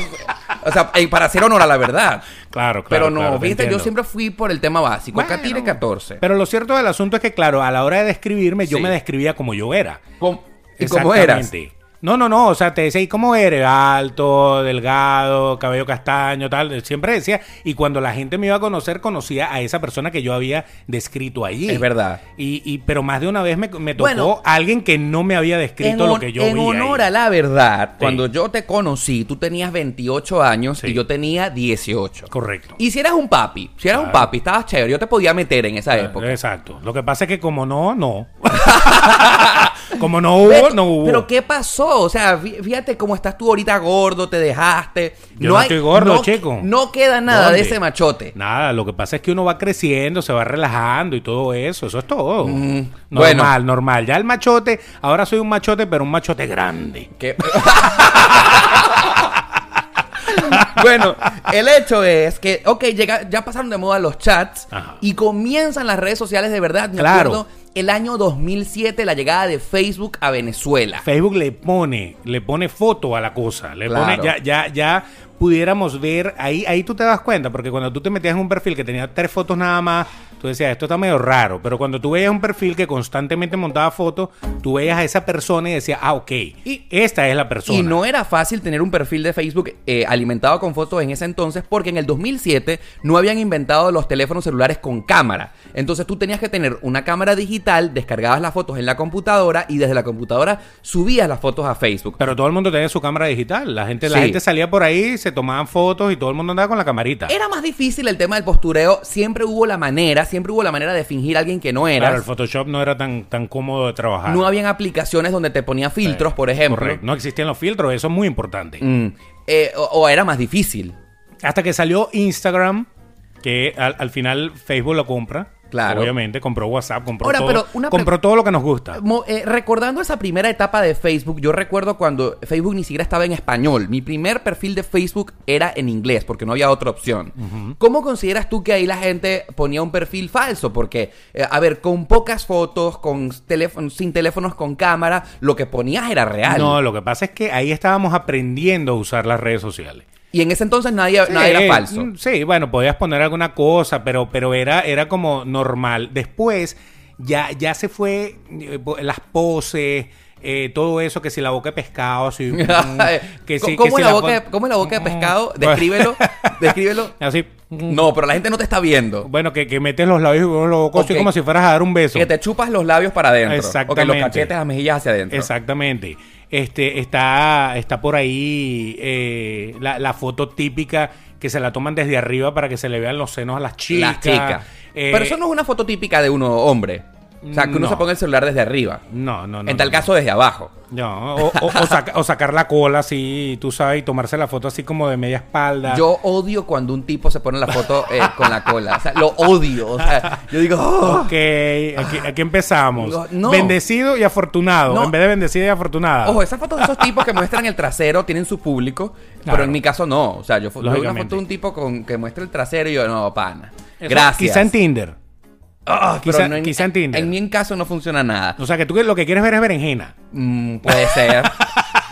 Speaker 1: O sea, eh, para hacer honor a la verdad.
Speaker 2: Claro, claro.
Speaker 1: pero no,
Speaker 2: claro, te
Speaker 1: viste, yo
Speaker 2: entiendo.
Speaker 1: siempre fui por el tema básico.
Speaker 2: Bueno,
Speaker 1: Acá tiene 14.
Speaker 2: Pero lo cierto del asunto es que, claro, a la hora de describirme, yo
Speaker 1: Sí.
Speaker 2: me describía como yo era.
Speaker 1: ¿Cómo- ¿Y cómo eras?
Speaker 2: Exactamente. No, no, no, o sea, te decía, ¿y cómo eres? Alto, delgado, cabello castaño, tal. Siempre decía, y cuando la gente me iba a conocer, conocía a esa persona que yo había descrito allí.
Speaker 1: Es verdad.
Speaker 2: Y, y- pero más de una vez me, me tocó
Speaker 1: Bueno.
Speaker 2: alguien que no me había
Speaker 1: En,
Speaker 2: descrito lo
Speaker 1: hon-
Speaker 2: que yo
Speaker 1: en
Speaker 2: vi ahí.
Speaker 1: honor a la verdad,
Speaker 2: Sí.
Speaker 1: cuando yo te conocí, tú tenías 28 años
Speaker 2: Sí.
Speaker 1: y yo tenía 18.
Speaker 2: Correcto.
Speaker 1: Y si eras un papi, si eras un
Speaker 2: Claro. Ah, eh,
Speaker 1: papi, estabas chévere, yo te podía meter en esa época.
Speaker 2: Exacto. Lo que pasa es que como no, no. como no hubo,
Speaker 1: Beto,
Speaker 2: no hubo.
Speaker 1: Pero ¿qué pasó? O sea, fí- fíjate cómo estás tú ahorita gordo, te dejaste.
Speaker 2: Yo no estoy gordo, chico.
Speaker 1: No queda nada de
Speaker 2: ¿Dónde?
Speaker 1: ese machote.
Speaker 2: Nada, lo que pasa es que uno va creciendo, se va relajando y todo eso. Eso es todo. Normal,
Speaker 1: Mm, Bueno.
Speaker 2: normal. Ya el machote, ahora soy un machote, pero un machote grande.
Speaker 1: Que- bueno, el hecho es que, ok, llega- ya pasaron de moda los chats
Speaker 2: Ajá.
Speaker 1: y comienzan las redes sociales de verdad. Me
Speaker 2: Claro.
Speaker 1: acuerdo el año 2007, la llegada de Facebook a Venezuela.
Speaker 2: Facebook le pone, le pone foto a la cosa, le
Speaker 1: Claro.
Speaker 2: pone ya, ya, ya pudiéramos ver, ahí, ahí tú te das cuenta, porque cuando tú te metías en un perfil que tenía tres fotos nada más, tú decías, esto está medio raro, pero cuando tú veías un perfil que constantemente montaba fotos, tú veías a esa persona y decías, ah, ok, y esta es la persona.
Speaker 1: Y no era fácil tener un perfil de Facebook eh, alimentado con fotos en ese entonces porque en el 2007 no habían inventado los teléfonos celulares con cámara. Entonces tú tenías que tener una cámara digital, descargabas las fotos en la computadora y desde la computadora subías las fotos a Facebook.
Speaker 2: Pero todo el mundo tenía su cámara digital. La gente, la
Speaker 1: Sí.
Speaker 2: gente salía por ahí, se tomaban fotos y todo el mundo andaba con la camarita.
Speaker 1: Era más difícil el tema del postureo, siempre hubo la manera, siempre hubo la manera de fingir a alguien que no
Speaker 2: claro, el
Speaker 1: eras.
Speaker 2: Photoshop no era tan, tan cómodo de trabajar.
Speaker 1: no habían aplicaciones donde te ponía filtros, por ejemplo.
Speaker 2: Correcto. No existían los filtros, eso es muy importante.
Speaker 1: Mm, eh, o- o era más difícil.
Speaker 2: Hasta que salió Instagram, que al, al final Facebook lo compra.
Speaker 1: Claro.
Speaker 2: Obviamente, compró WhatsApp, compró
Speaker 1: Ahora,
Speaker 2: todo.
Speaker 1: pero una pre-
Speaker 2: compró todo lo que nos gusta.
Speaker 1: Mo- eh, recordando esa primera etapa de Facebook, yo recuerdo cuando Facebook ni siquiera estaba en español. Mi primer perfil de Facebook era en inglés porque no había otra opción. ¿Cómo consideras tú que ahí la gente ponía un perfil falso? Porque, eh, a ver, con pocas fotos, con teléfono, sin teléfonos con cámara, lo que ponías era real.
Speaker 2: No, lo que pasa es que ahí estábamos aprendiendo a usar las redes sociales.
Speaker 1: Y en ese entonces nadie, nada
Speaker 2: Sí,
Speaker 1: era falso.
Speaker 2: mm, Sí, bueno, podías poner alguna cosa, pero, pero era, era como normal. Después ya, ya se fue eh, po- las poses. eh, todo eso, que si la boca de pescado, si, mm, que si,
Speaker 1: ¿Cómo,
Speaker 2: que si
Speaker 1: es la boca de-
Speaker 2: fo-
Speaker 1: cómo es la boca de
Speaker 2: Mm,
Speaker 1: pescado?
Speaker 2: bueno,
Speaker 1: Descríbelo. Descríbelo.
Speaker 2: Así. mm,
Speaker 1: No, pero la gente no te está viendo.
Speaker 2: Bueno, que, que metes los labios y los locos
Speaker 1: Ok.
Speaker 2: como si fueras a dar un beso.
Speaker 1: Que te chupas los labios para adentro. O que los
Speaker 2: Exactamente.
Speaker 1: cachetes, las mejillas hacia adentro.
Speaker 2: Exactamente. Este, está, está por ahí eh, la, la foto típica que se la toman desde arriba para que se le vean los senos a las chicas.
Speaker 1: Las chicas.
Speaker 2: Eh,
Speaker 1: Pero eso no es una foto típica de uno hombre. O sea, que uno
Speaker 2: No.
Speaker 1: se ponga el celular desde arriba.
Speaker 2: No, no, no.
Speaker 1: en tal
Speaker 2: no.
Speaker 1: caso, desde abajo.
Speaker 2: No, o, o- o saca- o sacar la cola así, tú sabes, y tomarse la foto así como de media espalda.
Speaker 1: Yo odio cuando un tipo se pone la foto eh, con la cola. O sea, lo odio. O sea, yo digo, "Oh,
Speaker 2: Ok, aquí, aquí empezamos.
Speaker 1: No.
Speaker 2: Bendecido y afortunado.
Speaker 1: No.
Speaker 2: En vez de bendecida y afortunada.
Speaker 1: Ojo, esas fotos de esos tipos que muestran el trasero tienen su público, pero
Speaker 2: Claro.
Speaker 1: en mi caso no. O sea, yo, fo- yo vi una
Speaker 2: Lógicamente.
Speaker 1: foto de un tipo con, que muestra el trasero y yo, no, pana.
Speaker 2: Eso
Speaker 1: Gracias.
Speaker 2: Quizá en Tinder.
Speaker 1: Ah, pero
Speaker 2: quizá-
Speaker 1: en,
Speaker 2: quizá en Tinder.
Speaker 1: En mi caso no funciona nada.
Speaker 2: O sea, que tú que- lo que quieres ver es berenjena.
Speaker 1: Mm, puede ser.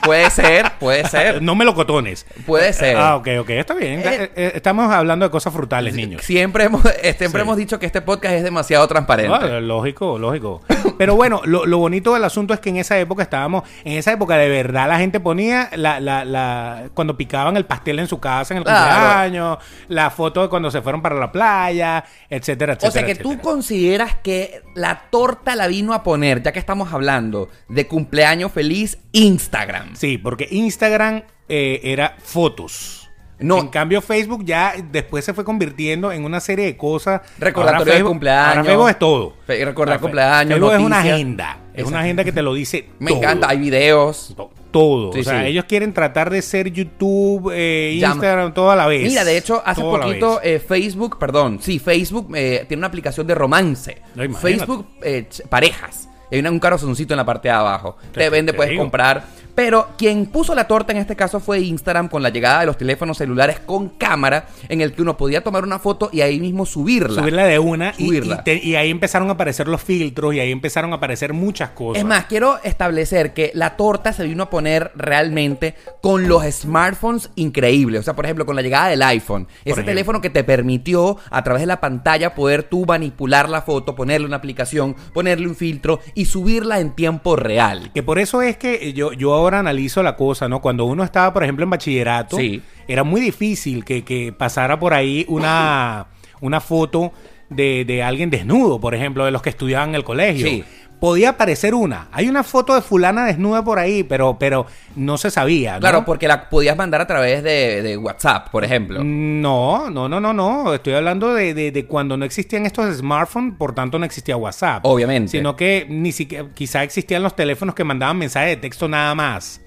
Speaker 1: puede ser, puede ser.
Speaker 2: No melocotones.
Speaker 1: Puede ser.
Speaker 2: Ah, ok, ok. Está bien.
Speaker 1: Eh.
Speaker 2: Eh, eh, Estamos hablando de cosas frutales, niños.
Speaker 1: Siempre hemos, eh, siempre hemos dicho que este podcast es demasiado transparente.
Speaker 2: Ah, lógico, lógico. Pero bueno, lo, lo bonito del asunto es que en esa época estábamos, en esa época de verdad la gente ponía la, la, la- cuando picaban el pastel en su casa en el
Speaker 1: Claro.
Speaker 2: cumpleaños, la foto de cuando se fueron para la playa, etcétera, etcétera.
Speaker 1: O sea que tú
Speaker 2: etcétera.
Speaker 1: consideras que la torta la vino a poner, ya que estamos hablando de cumpleaños feliz, Instagram.
Speaker 2: Sí, porque Instagram eh, era fotos.
Speaker 1: No.
Speaker 2: En cambio, Facebook ya después se fue convirtiendo en una serie de cosas.
Speaker 1: Recordatorio
Speaker 2: Ahora
Speaker 1: de
Speaker 2: Facebook-
Speaker 1: cumpleaños.
Speaker 2: Ahora Facebook es todo.
Speaker 1: Fe- recordar
Speaker 2: Ahora,
Speaker 1: cumpleaños,
Speaker 2: Facebook es una
Speaker 1: noticias.
Speaker 2: agenda. Es
Speaker 1: Exacto.
Speaker 2: una agenda que te lo dice
Speaker 1: Me
Speaker 2: todo.
Speaker 1: encanta, hay videos.
Speaker 2: To- Todo.
Speaker 1: Sí,
Speaker 2: o sea,
Speaker 1: sí.
Speaker 2: ellos quieren tratar de ser YouTube, eh,
Speaker 1: Llama.
Speaker 2: Instagram, todo a la vez.
Speaker 1: Mira, de hecho, hace
Speaker 2: Todo a la
Speaker 1: poquito
Speaker 2: vez.
Speaker 1: eh, Facebook, perdón, sí, Facebook eh, tiene una aplicación de romance.
Speaker 2: No, imagínate.
Speaker 1: Facebook eh, ch- parejas. Hay una- un corazoncito en la parte de abajo. Te,
Speaker 2: Te-
Speaker 1: vende,
Speaker 2: te
Speaker 1: puedes
Speaker 2: digo.
Speaker 1: comprar. Pero quien puso la torta en este caso fue Instagram con la llegada de los teléfonos celulares con cámara, en el que uno podía tomar una foto y ahí mismo subirla.
Speaker 2: Subirla de una y,
Speaker 1: eh, Subirla.
Speaker 2: y te- y ahí empezaron a aparecer los filtros y ahí empezaron a aparecer muchas cosas.
Speaker 1: Es más, quiero establecer que la torta se vino a poner realmente con los smartphones increíbles. O sea, por ejemplo, con la llegada del iPhone. Ese
Speaker 2: ejemplo.
Speaker 1: teléfono que te permitió a través de la pantalla poder tú manipular la foto, ponerle una aplicación, ponerle un filtro y subirla en tiempo real.
Speaker 2: Que por eso es que yo, yo ahora analizo la cosa, ¿no? Cuando uno estaba, por ejemplo, en bachillerato,
Speaker 1: Sí.
Speaker 2: era muy difícil que, que pasara por ahí una, una foto de, de alguien desnudo, por ejemplo, de los que estudiaban en el colegio.
Speaker 1: Sí.
Speaker 2: Podía aparecer una. Hay una foto de fulana desnuda por ahí, pero, pero no se sabía. ¿no?
Speaker 1: Claro, porque la podías mandar a través de, de WhatsApp, por ejemplo.
Speaker 2: No, no, no, no, no. Estoy hablando de, de- de cuando no existían estos smartphones, por tanto no existía WhatsApp.
Speaker 1: Obviamente.
Speaker 2: Sino que ni siquiera, quizá existían los teléfonos que mandaban mensajes de texto nada más.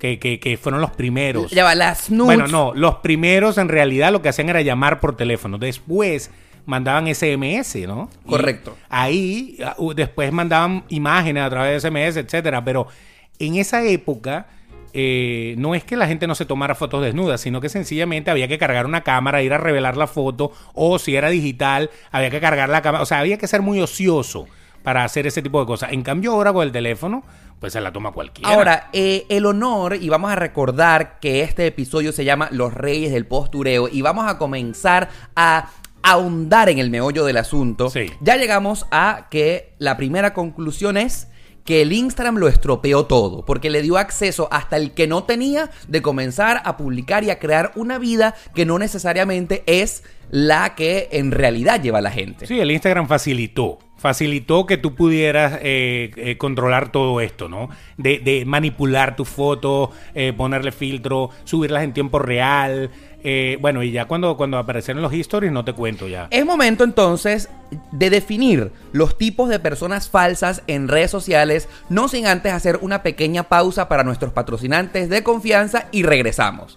Speaker 2: Que, que- que fueron los primeros.
Speaker 1: Ya va, las nudes.
Speaker 2: bueno, no, los primeros en realidad lo que hacían era llamar por teléfono. Después mandaban SMS, ¿no? Y
Speaker 1: Correcto.
Speaker 2: ahí ah, u- después mandaban imágenes a través de SMS, etcétera. Pero en esa época eh, no es que la gente no se tomara fotos desnudas, sino que sencillamente había que cargar una cámara, ir a revelar la foto, o si era digital, había que cargar la cámara. O sea, había que ser muy ocioso para hacer ese tipo de cosas. En cambio, ahora con el teléfono, pues se la toma cualquiera.
Speaker 1: Ahora, eh, el honor, y vamos a recordar que este episodio se llama Los Reyes del Postureo, y vamos a comenzar a ahondar en el meollo del asunto.
Speaker 2: Sí.
Speaker 1: Ya llegamos a que la primera conclusión es que el Instagram lo estropeó todo, porque le dio acceso hasta el que no tenía de comenzar a publicar y a crear una vida que no necesariamente es la que en realidad lleva la gente.
Speaker 2: Sí, el Instagram facilitó. Facilitó que tú pudieras eh, eh, controlar todo esto, ¿no? De, de manipular tus fotos, eh, ponerle filtro, subirlas en tiempo real. eh, bueno, y ya cuando, cuando aparecieron los histories, no te cuento ya.
Speaker 1: Es momento entonces de definir los tipos de personas falsas en redes sociales, no sin antes hacer una pequeña pausa para nuestros patrocinantes de confianza y regresamos.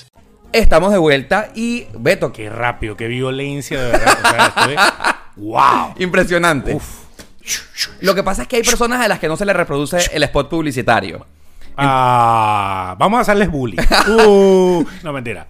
Speaker 1: Estamos de vuelta y Beto, que
Speaker 2: Qué rápido, qué violencia, de verdad. O sea, esto es- ¡Wow!
Speaker 1: impresionante.
Speaker 2: Uf.
Speaker 1: Lo que pasa es que hay personas a las que no se les reproduce el spot publicitario.
Speaker 2: Ah, vamos a hacerles bullying. Uh, no, mentira.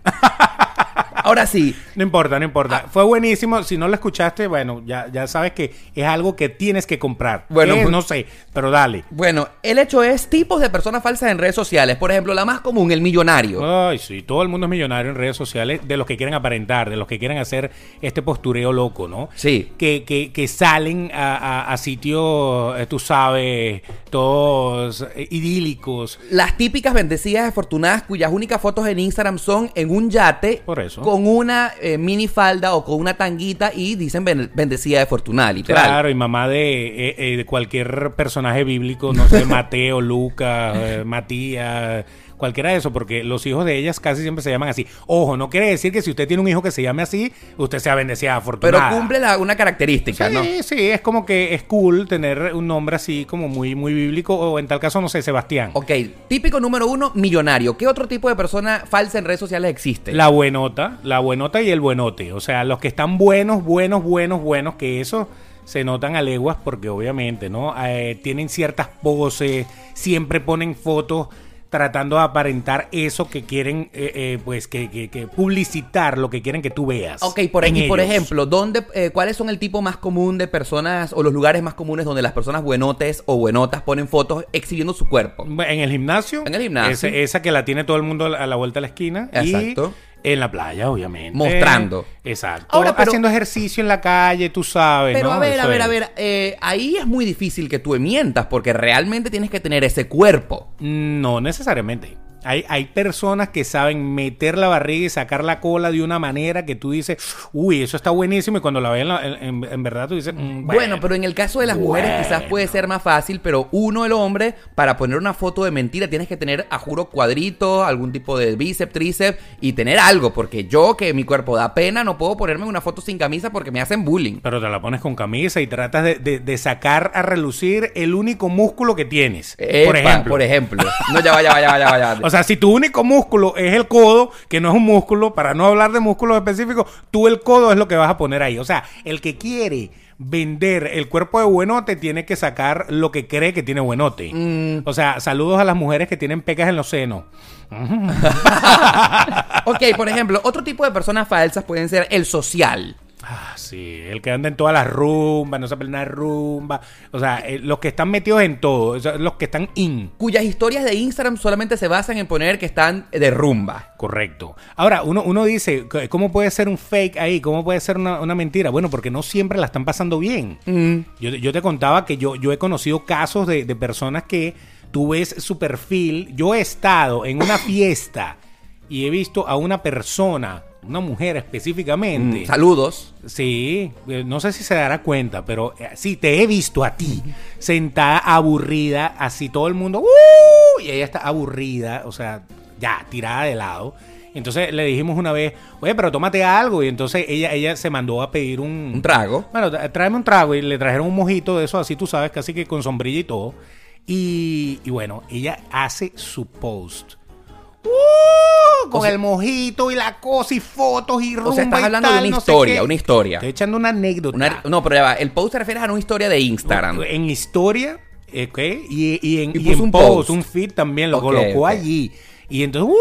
Speaker 1: Ahora sí.
Speaker 2: No importa, no importa. Fue buenísimo. Si no la escuchaste, bueno, ya, ya sabes que es algo que tienes que comprar.
Speaker 1: Bueno,
Speaker 2: Bueno,
Speaker 1: pues-
Speaker 2: no sé, pero dale.
Speaker 1: Bueno, el hecho es tipos de personas falsas en redes sociales. Por ejemplo, la más común, el millonario.
Speaker 2: Ay, sí, todo el mundo es millonario en redes sociales de los que quieren aparentar, de los que quieren hacer este postureo loco, ¿no?
Speaker 1: Sí.
Speaker 2: Que, que, que salen a, a- a sitios, eh, tú sabes, todos eh, idílicos.
Speaker 1: Las típicas bendecidas afortunadas cuyas únicas fotos en Instagram son en un yate
Speaker 2: Por eso.
Speaker 1: con una eh, minifalda o con una tanguita y dicen ben- bendecida afortunada, literal.
Speaker 2: Claro, y mamá de, eh, eh, de cualquier personaje bíblico, no sé, Mateo, Lucas, eh, Matías, cualquiera de eso, porque los hijos de ellas casi siempre se llaman así. Ojo, no quiere decir que si usted tiene un hijo que se llame así, usted sea bendecida,
Speaker 1: Pero
Speaker 2: afortunada.
Speaker 1: cumple la- una característica,
Speaker 2: Sí,
Speaker 1: ¿no?
Speaker 2: sí, es como que es cool tener un nombre así como muy, muy bíblico, o en tal caso, no sé, Sebastián.
Speaker 1: Ok, típico número uno, millonario. ¿Qué otro tipo de persona falsa en redes sociales existe?
Speaker 2: La buenota, la buenota y el buenote. O sea, los que están buenos, buenos, buenos, buenos, que eso se notan a leguas porque obviamente, ¿no? Eh, tienen ciertas poses, siempre ponen fotos tratando de aparentar eso que quieren, eh, eh, pues, que, que- que publicitar lo que quieren que tú veas.
Speaker 1: Ok, por,
Speaker 2: en
Speaker 1: y por
Speaker 2: ellos.
Speaker 1: ejemplo, ¿dónde, eh, ¿cuáles son el tipo más común de personas o los lugares más comunes donde las personas buenotes o buenotas ponen fotos exhibiendo su cuerpo?
Speaker 2: En el gimnasio.
Speaker 1: En el gimnasio.
Speaker 2: Ese- esa que la tiene todo el mundo a la vuelta de la esquina. y
Speaker 1: Exacto.
Speaker 2: en la playa, obviamente.
Speaker 1: Mostrando.
Speaker 2: Exacto.
Speaker 1: Ahora,
Speaker 2: Ahora,
Speaker 1: pero-
Speaker 2: haciendo ejercicio en la calle, tú sabes.
Speaker 1: Pero
Speaker 2: Pues ¿no?
Speaker 1: a ver,
Speaker 2: Eso
Speaker 1: a ver,
Speaker 2: es.
Speaker 1: a ver, eh, ahí es muy difícil que tú mientas porque realmente tienes que tener ese cuerpo.
Speaker 2: No necesariamente. Hay, hay personas que saben meter la barriga y sacar la cola de una manera que tú dices, uy, eso está buenísimo. Y cuando la ven, la- en, en- en verdad tú dices, "Mm,
Speaker 1: Bueno, pero en el caso de las mujeres quizás puede ser más fácil, pero uno, el hombre, para poner una foto de mentira tienes que tener, a juro, cuadritos, algún tipo de bíceps, tríceps y tener algo, porque yo que mi cuerpo da pena no puedo ponerme una foto sin camisa porque me hacen bullying.
Speaker 2: Pero te la pones con camisa y tratas de, de- de sacar a relucir el único músculo que tienes. por
Speaker 1: Epa,
Speaker 2: ejemplo.
Speaker 1: Por ejemplo. No, ya va, ya va, ya va, ya va, ya va.
Speaker 2: O sea, si tu único músculo es el codo, que no es un músculo, para no hablar de músculos específicos, tú el codo es lo que vas a poner ahí. O sea, el que quiere vender el cuerpo de buenote tiene que sacar lo que cree que tiene buenote. O sea, saludos a las mujeres que tienen pecas en los senos.
Speaker 1: ok, por ejemplo, otro tipo de personas falsas pueden ser el social.
Speaker 2: Ah, sí, el que anda en todas las rumbas, no sabe nada de rumba. O sea, eh, los que están metidos en todo, o sea, los que están in.
Speaker 1: Cuyas historias de Instagram solamente se basan en poner que están de rumba.
Speaker 2: Correcto. Ahora, uno, uno dice, c- ¿cómo puede ser un fake ahí? ¿Cómo puede ser una, una mentira? Bueno, porque no siempre la están pasando bien. Yo, te- yo te contaba que yo, yo he conocido casos de, de personas que tú ves su perfil. Yo he estado en una fiesta y he visto a una persona, una mujer específicamente.
Speaker 1: Mm, Saludos.
Speaker 2: Sí, eh, no sé si se dará cuenta, pero eh, sí, te he visto a ti, sentada, aburrida, así todo el mundo, ¡uh! y ella está aburrida, o sea, ya, tirada de lado. Entonces le dijimos una vez, oye, pero tómate algo, y entonces ella, ella se mandó a pedir un...
Speaker 1: Un trago.
Speaker 2: Bueno, tra- tráeme un trago, y le trajeron un mojito de eso, así tú sabes, casi que con sombrilla y todo. Y, y bueno, ella hace su post. ¡Uh! Con
Speaker 1: O sea-
Speaker 2: el mojito y la cosa y fotos y rumba
Speaker 1: O sea, estás
Speaker 2: y
Speaker 1: hablando
Speaker 2: tal,
Speaker 1: de una
Speaker 2: no sé
Speaker 1: historia,
Speaker 2: qué.
Speaker 1: una historia.
Speaker 2: Estoy echando una anécdota.
Speaker 1: Una- no, pero ya va. El post te refieres a una historia de Instagram.
Speaker 2: En historia, ok, y, y en,
Speaker 1: Y
Speaker 2: y
Speaker 1: puso
Speaker 2: en
Speaker 1: un
Speaker 2: post,
Speaker 1: post.
Speaker 2: un feed también, lo
Speaker 1: Ok,
Speaker 2: colocó
Speaker 1: ok.
Speaker 2: allí. Y entonces...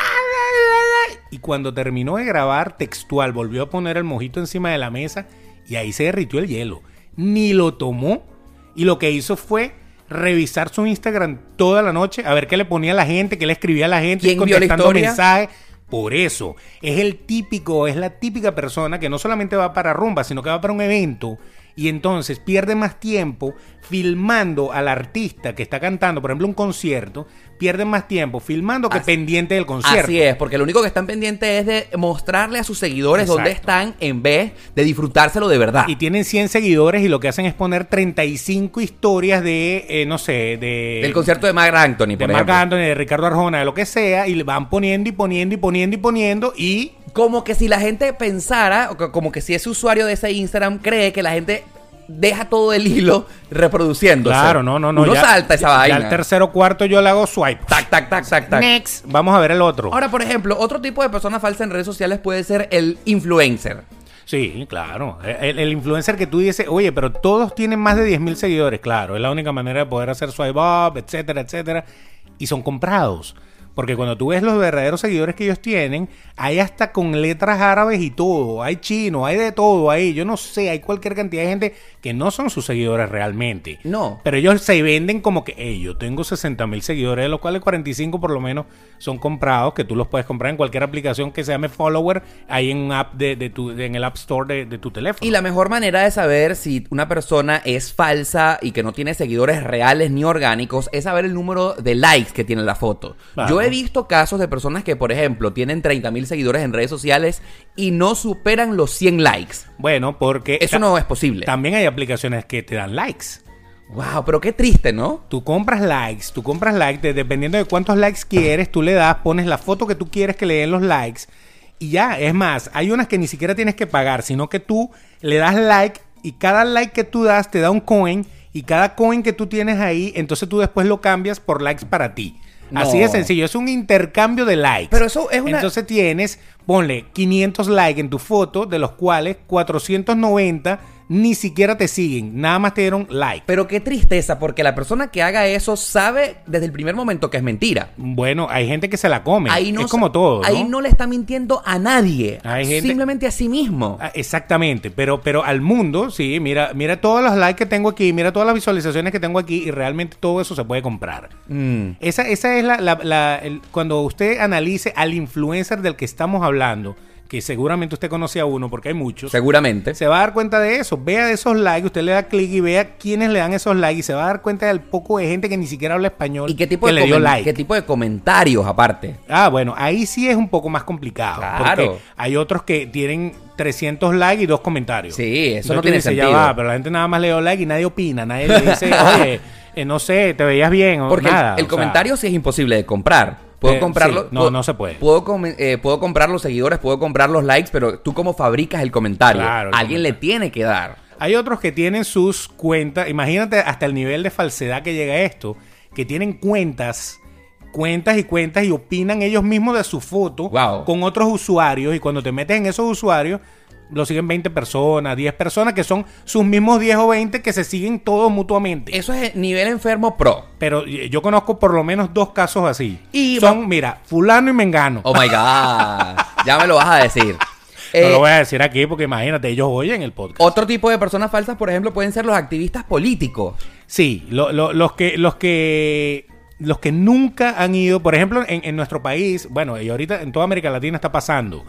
Speaker 2: ¡guau! Y cuando terminó de grabar textual, volvió a poner el mojito encima de la mesa y ahí se derritió el hielo. Ni lo tomó y lo que hizo fue revisar su Instagram toda la noche, a ver qué le ponía a la gente, qué le escribía a la gente,
Speaker 1: ¿Quién vio la historia?
Speaker 2: mensajes. Por eso, es el típico, es la típica persona que no solamente va para rumba, sino que va para un evento y entonces pierde más tiempo filmando al artista que está cantando, por ejemplo, un concierto, pierde más tiempo filmando que
Speaker 1: Así-
Speaker 2: pendiente del concierto.
Speaker 1: Así es, porque lo único que están pendientes es de mostrarle a sus seguidores dónde
Speaker 2: Exacto.
Speaker 1: están en vez de disfrutárselo de verdad.
Speaker 2: Y tienen 100 seguidores y lo que hacen es poner 35 historias de, eh, no sé, de...
Speaker 1: Del concierto de Marc Anthony,
Speaker 2: de
Speaker 1: por
Speaker 2: Marc
Speaker 1: ejemplo.
Speaker 2: Anthony, de Ricardo Arjona, de lo que sea, y le van poniendo y poniendo y poniendo y poniendo y
Speaker 1: Como que si la gente pensara, o co- como que si ese usuario de ese Instagram cree que la gente deja todo el hilo reproduciéndose.
Speaker 2: Claro, no, no, no.
Speaker 1: Uno
Speaker 2: ya-
Speaker 1: salta esa
Speaker 2: ya-
Speaker 1: vaina.
Speaker 2: Ya al tercero cuarto yo le hago swipe.
Speaker 1: Tac, tac, tac, tac, tac.
Speaker 2: Next. Vamos a ver el otro.
Speaker 1: Ahora, por ejemplo, otro tipo de persona falsa en redes sociales puede ser el influencer.
Speaker 2: Sí, claro. E, El, el influencer que tú dices, oye, pero todos tienen más de 10 mil seguidores. Claro, es la única manera de poder hacer swipe up, etcétera, etcétera. Y son comprados. Porque cuando tú ves los verdaderos seguidores que ellos tienen, hay hasta con letras árabes y todo, hay chino, hay de todo ahí, yo no sé, hay cualquier cantidad de gente que no son sus seguidores realmente.
Speaker 1: No.
Speaker 2: Pero ellos se venden como que, hey, yo tengo 60 mil seguidores, de los cuales 45 por lo menos son comprados, que tú los puedes comprar en cualquier aplicación que se llame Follower, ahí en un app de, de tu, de- en el App Store de, de tu teléfono.
Speaker 1: Y la mejor manera de saber si una persona es falsa y que no tiene seguidores reales ni orgánicos es saber el número de likes que tiene la foto.
Speaker 2: Claro.
Speaker 1: Yo he visto casos de personas que, por ejemplo, tienen 30 mil seguidores en redes sociales y no superan los 100 likes.
Speaker 2: Bueno, porque
Speaker 1: Eso
Speaker 2: ta-
Speaker 1: no es posible.
Speaker 2: también hay aplicaciones que te dan likes.
Speaker 1: Wow, pero qué triste, ¿no?
Speaker 2: Tú compras likes, tú compras likes, de- dependiendo de cuántos likes quieres, tú le das, pones la foto que tú quieres que le den los likes. Y ya, es más, hay unas que ni siquiera tienes que pagar, sino que tú le das like y cada like que tú das te da un coin y cada coin que tú tienes ahí, entonces tú después lo cambias por likes para ti. Así de
Speaker 1: No.
Speaker 2: sencillo, es un intercambio de likes.
Speaker 1: Pero eso es una-
Speaker 2: Entonces tienes, ponle 500 likes en tu foto, de los cuales 490 ni siquiera te siguen, nada más te dieron like.
Speaker 1: Pero qué tristeza, porque la persona que haga eso sabe desde el primer momento que es mentira.
Speaker 2: Bueno, hay gente que se la come.
Speaker 1: Ahí no
Speaker 2: es como todo. ¿no?
Speaker 1: Ahí no le está mintiendo a nadie.
Speaker 2: Hay gente-
Speaker 1: Simplemente a sí mismo.
Speaker 2: Ah, Exactamente, pero, pero al mundo, sí, mira, mira todos los likes que tengo aquí, mira todas las visualizaciones que tengo aquí y realmente todo eso se puede comprar.
Speaker 1: Mm.
Speaker 2: Esa, esa es la, la- la- el- cuando usted analice al influencer del que estamos hablando, que seguramente usted conoce a uno porque hay muchos.
Speaker 1: Seguramente.
Speaker 2: Se va a dar cuenta de eso. Vea esos likes, usted le da clic y vea quiénes le dan esos likes y se va a dar cuenta del poco de gente que ni siquiera habla español
Speaker 1: ¿Y qué tipo,
Speaker 2: que
Speaker 1: de
Speaker 2: le dio
Speaker 1: comen-
Speaker 2: like.
Speaker 1: qué tipo de comentarios aparte?
Speaker 2: Ah, bueno, ahí sí es un poco más complicado.
Speaker 1: Claro.
Speaker 2: Porque hay otros que tienen 300 likes y dos comentarios.
Speaker 1: Sí, eso no
Speaker 2: tú
Speaker 1: tiene
Speaker 2: dices, "Ya
Speaker 1: sentido".
Speaker 2: va", pero la gente nada más le dio like y nadie opina. Nadie le dice, oye, eh, no sé, te veías bien o
Speaker 1: Porque el-
Speaker 2: nada.
Speaker 1: el,
Speaker 2: o sea.
Speaker 1: comentario sí es imposible de comprar. Puedo
Speaker 2: Eh,
Speaker 1: comprarlo.
Speaker 2: sí, no,
Speaker 1: puedo-
Speaker 2: no se puede.
Speaker 1: Puedo, come- eh, puedo comprar los seguidores, puedo comprar los likes, pero tú cómo fabricas el comentario.
Speaker 2: Claro, el
Speaker 1: Alguien le tiene que dar.
Speaker 2: Hay otros que tienen sus cuentas, imagínate hasta el nivel de falsedad que llega esto, que tienen cuentas, cuentas y cuentas y opinan ellos mismos de su foto
Speaker 1: Wow.
Speaker 2: con otros usuarios y cuando te metes en esos usuarios lo siguen 20 personas, 10 personas que son sus mismos 10 o 20 que se siguen todos mutuamente.
Speaker 1: Eso es nivel enfermo pro.
Speaker 2: Pero eh, yo conozco por lo menos dos casos así.
Speaker 1: Y
Speaker 2: son, mira, fulano y mengano.
Speaker 1: Oh my God. ya me lo vas a decir.
Speaker 2: no
Speaker 1: Eh,
Speaker 2: lo voy a decir aquí porque imagínate, ellos oyen el podcast.
Speaker 1: Otro tipo de personas falsas, por ejemplo, pueden ser los activistas políticos.
Speaker 2: Sí, lo- lo- los que los que los que nunca han ido, por ejemplo, en, en nuestro país, bueno, y ahorita en toda América Latina está pasando.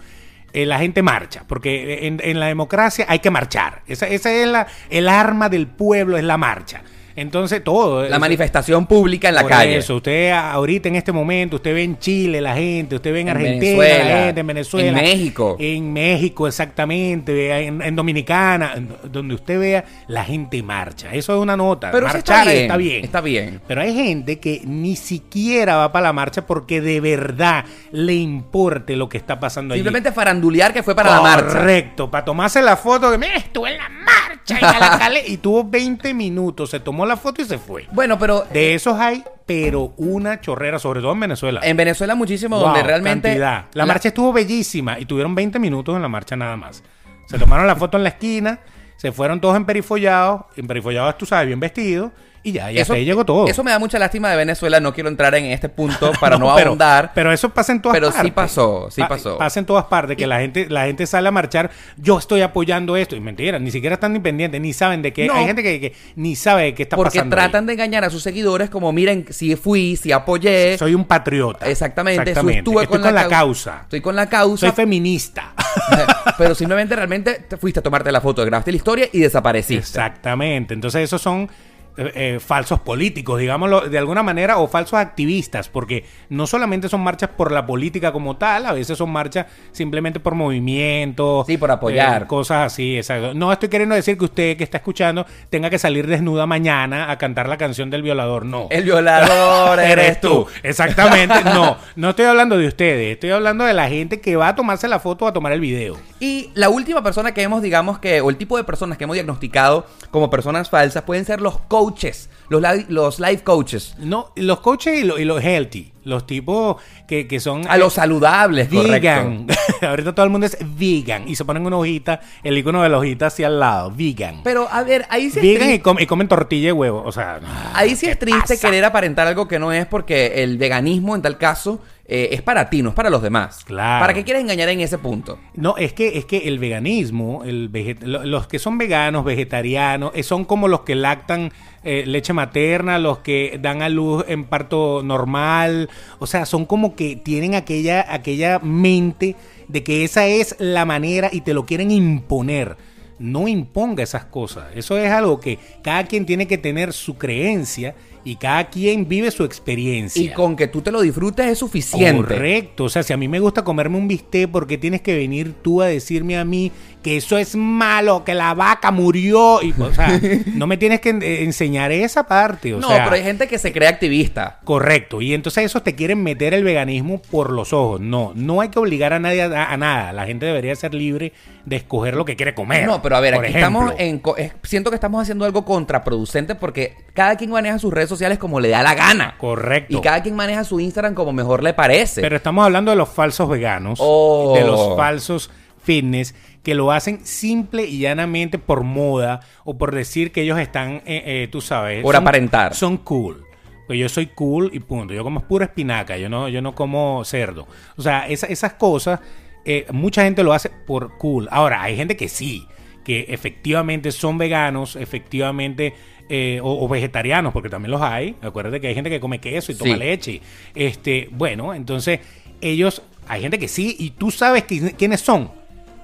Speaker 2: eh, la gente marcha, porque en, en la democracia hay que marchar. Esa, esa es la, el arma del pueblo, es la marcha. Entonces, todo.
Speaker 1: La
Speaker 2: es-
Speaker 1: manifestación pública en la
Speaker 2: por
Speaker 1: calle.
Speaker 2: Eso, usted a- ahorita en este momento, usted ve en Chile la gente, usted ve en,
Speaker 1: En
Speaker 2: Argentina
Speaker 1: Venezuela,
Speaker 2: la gente, en Venezuela.
Speaker 1: en México.
Speaker 2: En México, exactamente, vea, en, en Dominicana, en- donde usted vea, la gente marcha. Eso es una nota.
Speaker 1: Pero eso
Speaker 2: Marchar
Speaker 1: está bien. Está bien.
Speaker 2: Pero hay gente que ni siquiera va para la marcha porque de verdad le importe lo que está pasando allí.
Speaker 1: Simplemente farandulear que fue para la marcha.
Speaker 2: Correcto, para tomarse la foto de, mira, estuve en la marcha en Calacale", y tuvo 20 minutos, se tomó la foto y se fue.
Speaker 1: Bueno, pero
Speaker 2: De esos hay, pero una chorrera, sobre todo en Venezuela.
Speaker 1: en Venezuela muchísimo
Speaker 2: Wow,
Speaker 1: donde realmente...
Speaker 2: cantidad. La, marcha estuvo bellísima y tuvieron 20 minutos en la marcha nada más. Se tomaron la foto en la esquina, se fueron todos emperifollados, emperifollados, tú sabes, bien vestidos, y ya, y hasta ahí llegó todo.
Speaker 1: Eso me da mucha lástima de Venezuela. No quiero entrar en este punto para no,
Speaker 2: pero,
Speaker 1: ahondar.
Speaker 2: Pero eso pasa en todas
Speaker 1: Pero sí
Speaker 2: partes.
Speaker 1: pasó, sí
Speaker 2: Pa-
Speaker 1: pasó.
Speaker 2: Pasa en todas partes, que la gente, la gente sale a marchar, yo estoy apoyando esto. Y mentira, ni siquiera están ni pendientes, ni saben de qué.
Speaker 1: No.
Speaker 2: Hay gente que, que ni sabe de qué está
Speaker 1: porque
Speaker 2: pasando.
Speaker 1: tratan
Speaker 2: ahí.
Speaker 1: de engañar a sus seguidores como, miren, si fui, si apoyé.
Speaker 2: Soy un patriota.
Speaker 1: Exactamente, eso estuve
Speaker 2: Estoy con, la
Speaker 1: cau-
Speaker 2: causa.
Speaker 1: Estoy con la causa.
Speaker 2: Soy feminista.
Speaker 1: pero simplemente realmente te fuiste a tomarte la foto, grabaste la historia y desapareciste.
Speaker 2: Exactamente. Entonces esos son eh, eh, falsos políticos, digámoslo de alguna manera, o falsos activistas, porque no solamente son marchas por la política como tal, a veces son marchas simplemente por movimientos.
Speaker 1: Sí, por apoyar.
Speaker 2: cosas así, exacto. No estoy queriendo decir que usted que está escuchando tenga que salir desnuda mañana a cantar la canción del violador, no.
Speaker 1: El violador eres tú.
Speaker 2: Exactamente, no. No estoy hablando de ustedes, estoy hablando de la gente que va a tomarse la foto o a tomar el video.
Speaker 1: Y la última persona que hemos, digamos que, o el tipo de personas que hemos diagnosticado como personas falsas pueden ser los coaches, los, li- los life coaches.
Speaker 2: No, los coaches y, lo- y los healthy, los tipos que, que son...
Speaker 1: A los saludables, correcto.
Speaker 2: Vegan. Ahorita todo el mundo es vegan. Y se ponen una hojita, el icono de la hojita hacia al lado. Vegan.
Speaker 1: Pero a ver, ahí sí es
Speaker 2: vegan
Speaker 1: tri-
Speaker 2: y, com- y comen tortilla y huevo. O sea,
Speaker 1: Ahí sí es triste querer aparentar algo que no es porque el veganismo en tal caso eh, es para ti, no es para los demás.
Speaker 2: Claro.
Speaker 1: ¿Para qué quieres engañar en ese punto?
Speaker 2: no, es que, es que el veganismo, el veget- lo- los que son veganos, vegetarianos, eh, son como los que lactan eh, leche materna, los que dan a luz en parto normal. O sea, son como que tienen aquella, aquella mente de que esa es la manera y te lo quieren imponer. no imponga esas cosas. Eso es algo que cada quien tiene que tener su creencia y cada quien vive su experiencia.
Speaker 1: Y con que tú te lo disfrutes es suficiente.
Speaker 2: Correcto, o sea, si a mí me gusta comerme un bistec, ¿por qué tienes que venir tú a decirme a mí que eso es malo, que la vaca murió? Y, o sea, no me tienes que en- eh, enseñar esa parte. O
Speaker 1: no,
Speaker 2: sea,
Speaker 1: pero hay gente que se cree activista.
Speaker 2: Correcto, y entonces esos te quieren meter el veganismo por los ojos. No, no hay que obligar a nadie a, a nada. La gente debería ser libre de escoger lo que quiere comer.
Speaker 1: No, pero a ver,
Speaker 2: por
Speaker 1: aquí
Speaker 2: ejemplo.
Speaker 1: estamos en. co- eh, Siento que estamos haciendo algo contraproducente porque cada quien maneja sus redes sociales como le da la gana.
Speaker 2: Correcto.
Speaker 1: Y cada quien maneja su Instagram como mejor le parece.
Speaker 2: Pero estamos hablando de los falsos veganos,
Speaker 1: Oh.
Speaker 2: de los falsos fitness, que lo hacen simple y llanamente por moda o por decir que ellos están, eh, eh, tú sabes.
Speaker 1: Por
Speaker 2: son-
Speaker 1: aparentar.
Speaker 2: Son cool. Pues yo soy cool y punto. Yo como es pura espinaca, yo no, yo no como cerdo. O sea, esa- esas cosas, eh, mucha gente lo hace por cool. Ahora, hay gente que sí, que efectivamente son veganos, efectivamente, eh, o, o vegetarianos, porque también los hay. Acuérdate que hay gente que come queso y toma
Speaker 1: Sí.
Speaker 2: leche. Este, bueno, entonces, ellos, hay gente que sí, y tú sabes qui- quiénes son.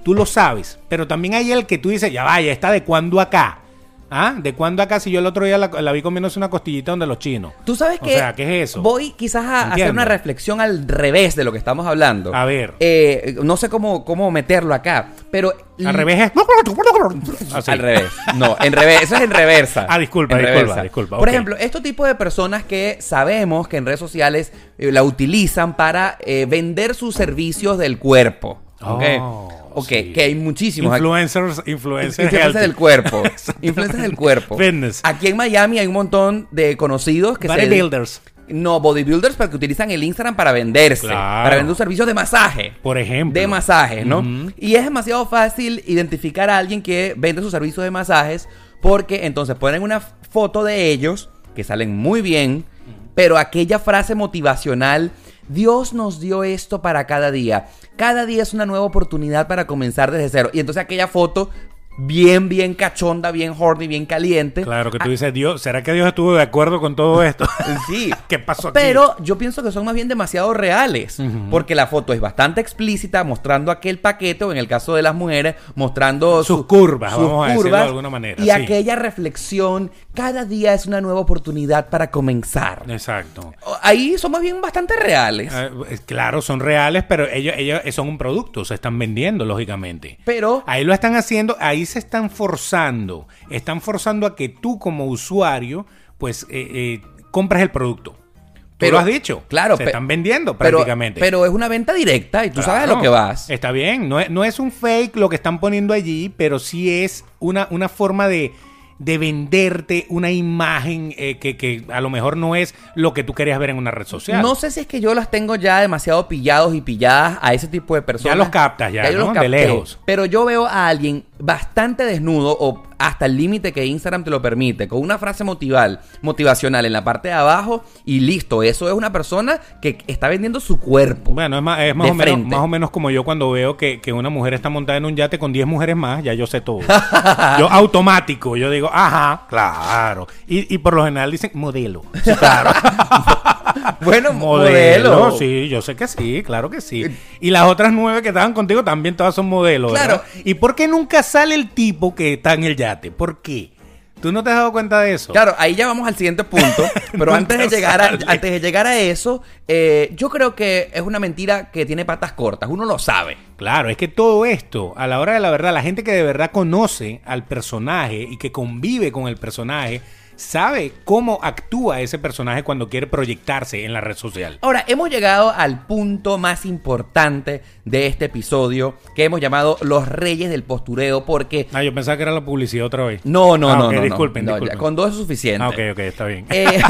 Speaker 2: Tú lo sabes, pero también hay el que tú dices, ya vaya, está de cuándo acá. ¿Ah? ¿De cuándo acá? Si yo el otro día la, la vi comiéndose una costillita donde los chinos.
Speaker 1: Tú sabes
Speaker 2: O
Speaker 1: que.
Speaker 2: sea, ¿qué es eso?
Speaker 1: Voy quizás a hacer
Speaker 2: Entiendo.
Speaker 1: una reflexión al revés de lo que estamos hablando.
Speaker 2: A ver.
Speaker 1: Eh, no sé cómo, cómo meterlo acá, pero.
Speaker 2: Al revés es. Así.
Speaker 1: Al revés. No, en revés. Eso es en reversa.
Speaker 2: Ah, disculpa,
Speaker 1: En
Speaker 2: disculpa, disculpa,
Speaker 1: Por
Speaker 2: ok.
Speaker 1: ejemplo, estos tipos de personas que sabemos que en redes sociales eh, la utilizan para eh, vender sus servicios del cuerpo. Ok.
Speaker 2: Oh,
Speaker 1: ok,
Speaker 2: sí.
Speaker 1: que hay muchísimos. Aquí-
Speaker 2: Influencers, influencers.
Speaker 1: Influencias
Speaker 2: healthy.
Speaker 1: del cuerpo. Influencias del cuerpo.
Speaker 2: Fitness.
Speaker 1: Aquí en Miami hay un montón de conocidos que se-
Speaker 2: Bodybuilders.
Speaker 1: No, bodybuilders, pero que utilizan el Instagram para venderse.
Speaker 2: Claro.
Speaker 1: Para vender un servicio de masaje.
Speaker 2: Por ejemplo.
Speaker 1: De masajes, ¿no?
Speaker 2: Ujú.
Speaker 1: Y es demasiado fácil identificar a alguien que vende su servicio de masajes porque entonces ponen una foto de ellos que salen muy bien, pero aquella frase motivacional, Dios nos dio esto para cada día. Cada día es una nueva oportunidad para comenzar desde cero. Y entonces aquella foto bien, bien cachonda, bien horny, bien caliente.
Speaker 2: Claro, que tú dices, Dios, ¿será que Dios estuvo de acuerdo con todo esto?
Speaker 1: Sí.
Speaker 2: ¿Qué pasó aquí?
Speaker 1: Pero yo pienso que son más bien demasiado reales.
Speaker 2: Ujú.
Speaker 1: Porque la foto es bastante explícita, mostrando aquel paquete, o en el caso de las mujeres, mostrando
Speaker 2: Sus
Speaker 1: su-
Speaker 2: curvas, vamos a decirlo de alguna manera,
Speaker 1: Y
Speaker 2: sí.
Speaker 1: aquella reflexión, cada día es una nueva oportunidad para comenzar.
Speaker 2: Exacto.
Speaker 1: O- Ahí son más bien bastante reales.
Speaker 2: Ah, eh, Claro, son reales, pero ellos, ellos eh, son un producto, se están vendiendo, lógicamente.
Speaker 1: Pero
Speaker 2: Ahí lo están haciendo, ahí se están forzando. Están forzando a que tú como usuario, pues, eh, eh, compres el producto. Tú
Speaker 1: Pero-
Speaker 2: lo has dicho.
Speaker 1: claro,
Speaker 2: Se
Speaker 1: pe-
Speaker 2: están vendiendo
Speaker 1: pero,
Speaker 2: prácticamente.
Speaker 1: pero es una venta directa y tú sabes a lo
Speaker 2: Claro.
Speaker 1: que vas.
Speaker 2: Está bien, no es, no es un fake lo que están poniendo allí, pero sí es una, una forma de, de venderte una imagen eh, que, que a lo mejor no es lo que tú querías ver en una red social.
Speaker 1: No sé si es que yo las tengo ya demasiado pillados y pilladas a ese tipo de personas.
Speaker 2: Ya los captas, ya,
Speaker 1: yo
Speaker 2: ¿no?
Speaker 1: los
Speaker 2: De
Speaker 1: capté,
Speaker 2: lejos.
Speaker 1: Pero yo veo a alguien bastante desnudo o hasta el límite que Instagram te lo permite, con una frase motival, motivacional en la parte de abajo y listo. Eso es una persona que está vendiendo su cuerpo.
Speaker 2: Bueno, es más, es más
Speaker 1: De
Speaker 2: o menos,
Speaker 1: frente.
Speaker 2: más o menos como yo cuando veo que, que una mujer está montada en un yate con 10 mujeres más, ya yo sé todo. yo automático, yo digo, ajá, claro. Y, y por lo general dicen modelo. Sí, claro.
Speaker 1: Bueno,
Speaker 2: Sí, yo sé que sí, claro que
Speaker 1: Eh.
Speaker 2: sí. Y las otras nueve que estaban contigo también todas son modelos.
Speaker 1: Claro.
Speaker 2: Claro. ¿Y por qué nunca sale el tipo que está en el yate? ¿Por qué? ¿Tú no te has dado cuenta de eso?
Speaker 1: Claro, ahí ya vamos al siguiente punto. Pero
Speaker 2: Nunca
Speaker 1: antes, de llegar a,
Speaker 2: sale.
Speaker 1: antes de llegar a eso, eh, yo creo que es una mentira que tiene patas cortas. Uno lo sabe.
Speaker 2: Claro, es que todo esto, a la hora de la verdad, la gente que de verdad conoce al personaje y que convive con el personaje, sabe cómo actúa ese personaje cuando quiere proyectarse en la red social.
Speaker 1: Ahora, hemos llegado al punto más importante de este episodio que hemos llamado los reyes del postureo porque...
Speaker 2: Ah, yo pensaba que era la publicidad otra vez.
Speaker 1: No, no,
Speaker 2: Ah,
Speaker 1: no,
Speaker 2: ok,
Speaker 1: no, no.
Speaker 2: Disculpen,
Speaker 1: No, ya,
Speaker 2: disculpen.
Speaker 1: con dos es suficiente.
Speaker 2: Ah, ok, ok, está bien.
Speaker 1: Eh,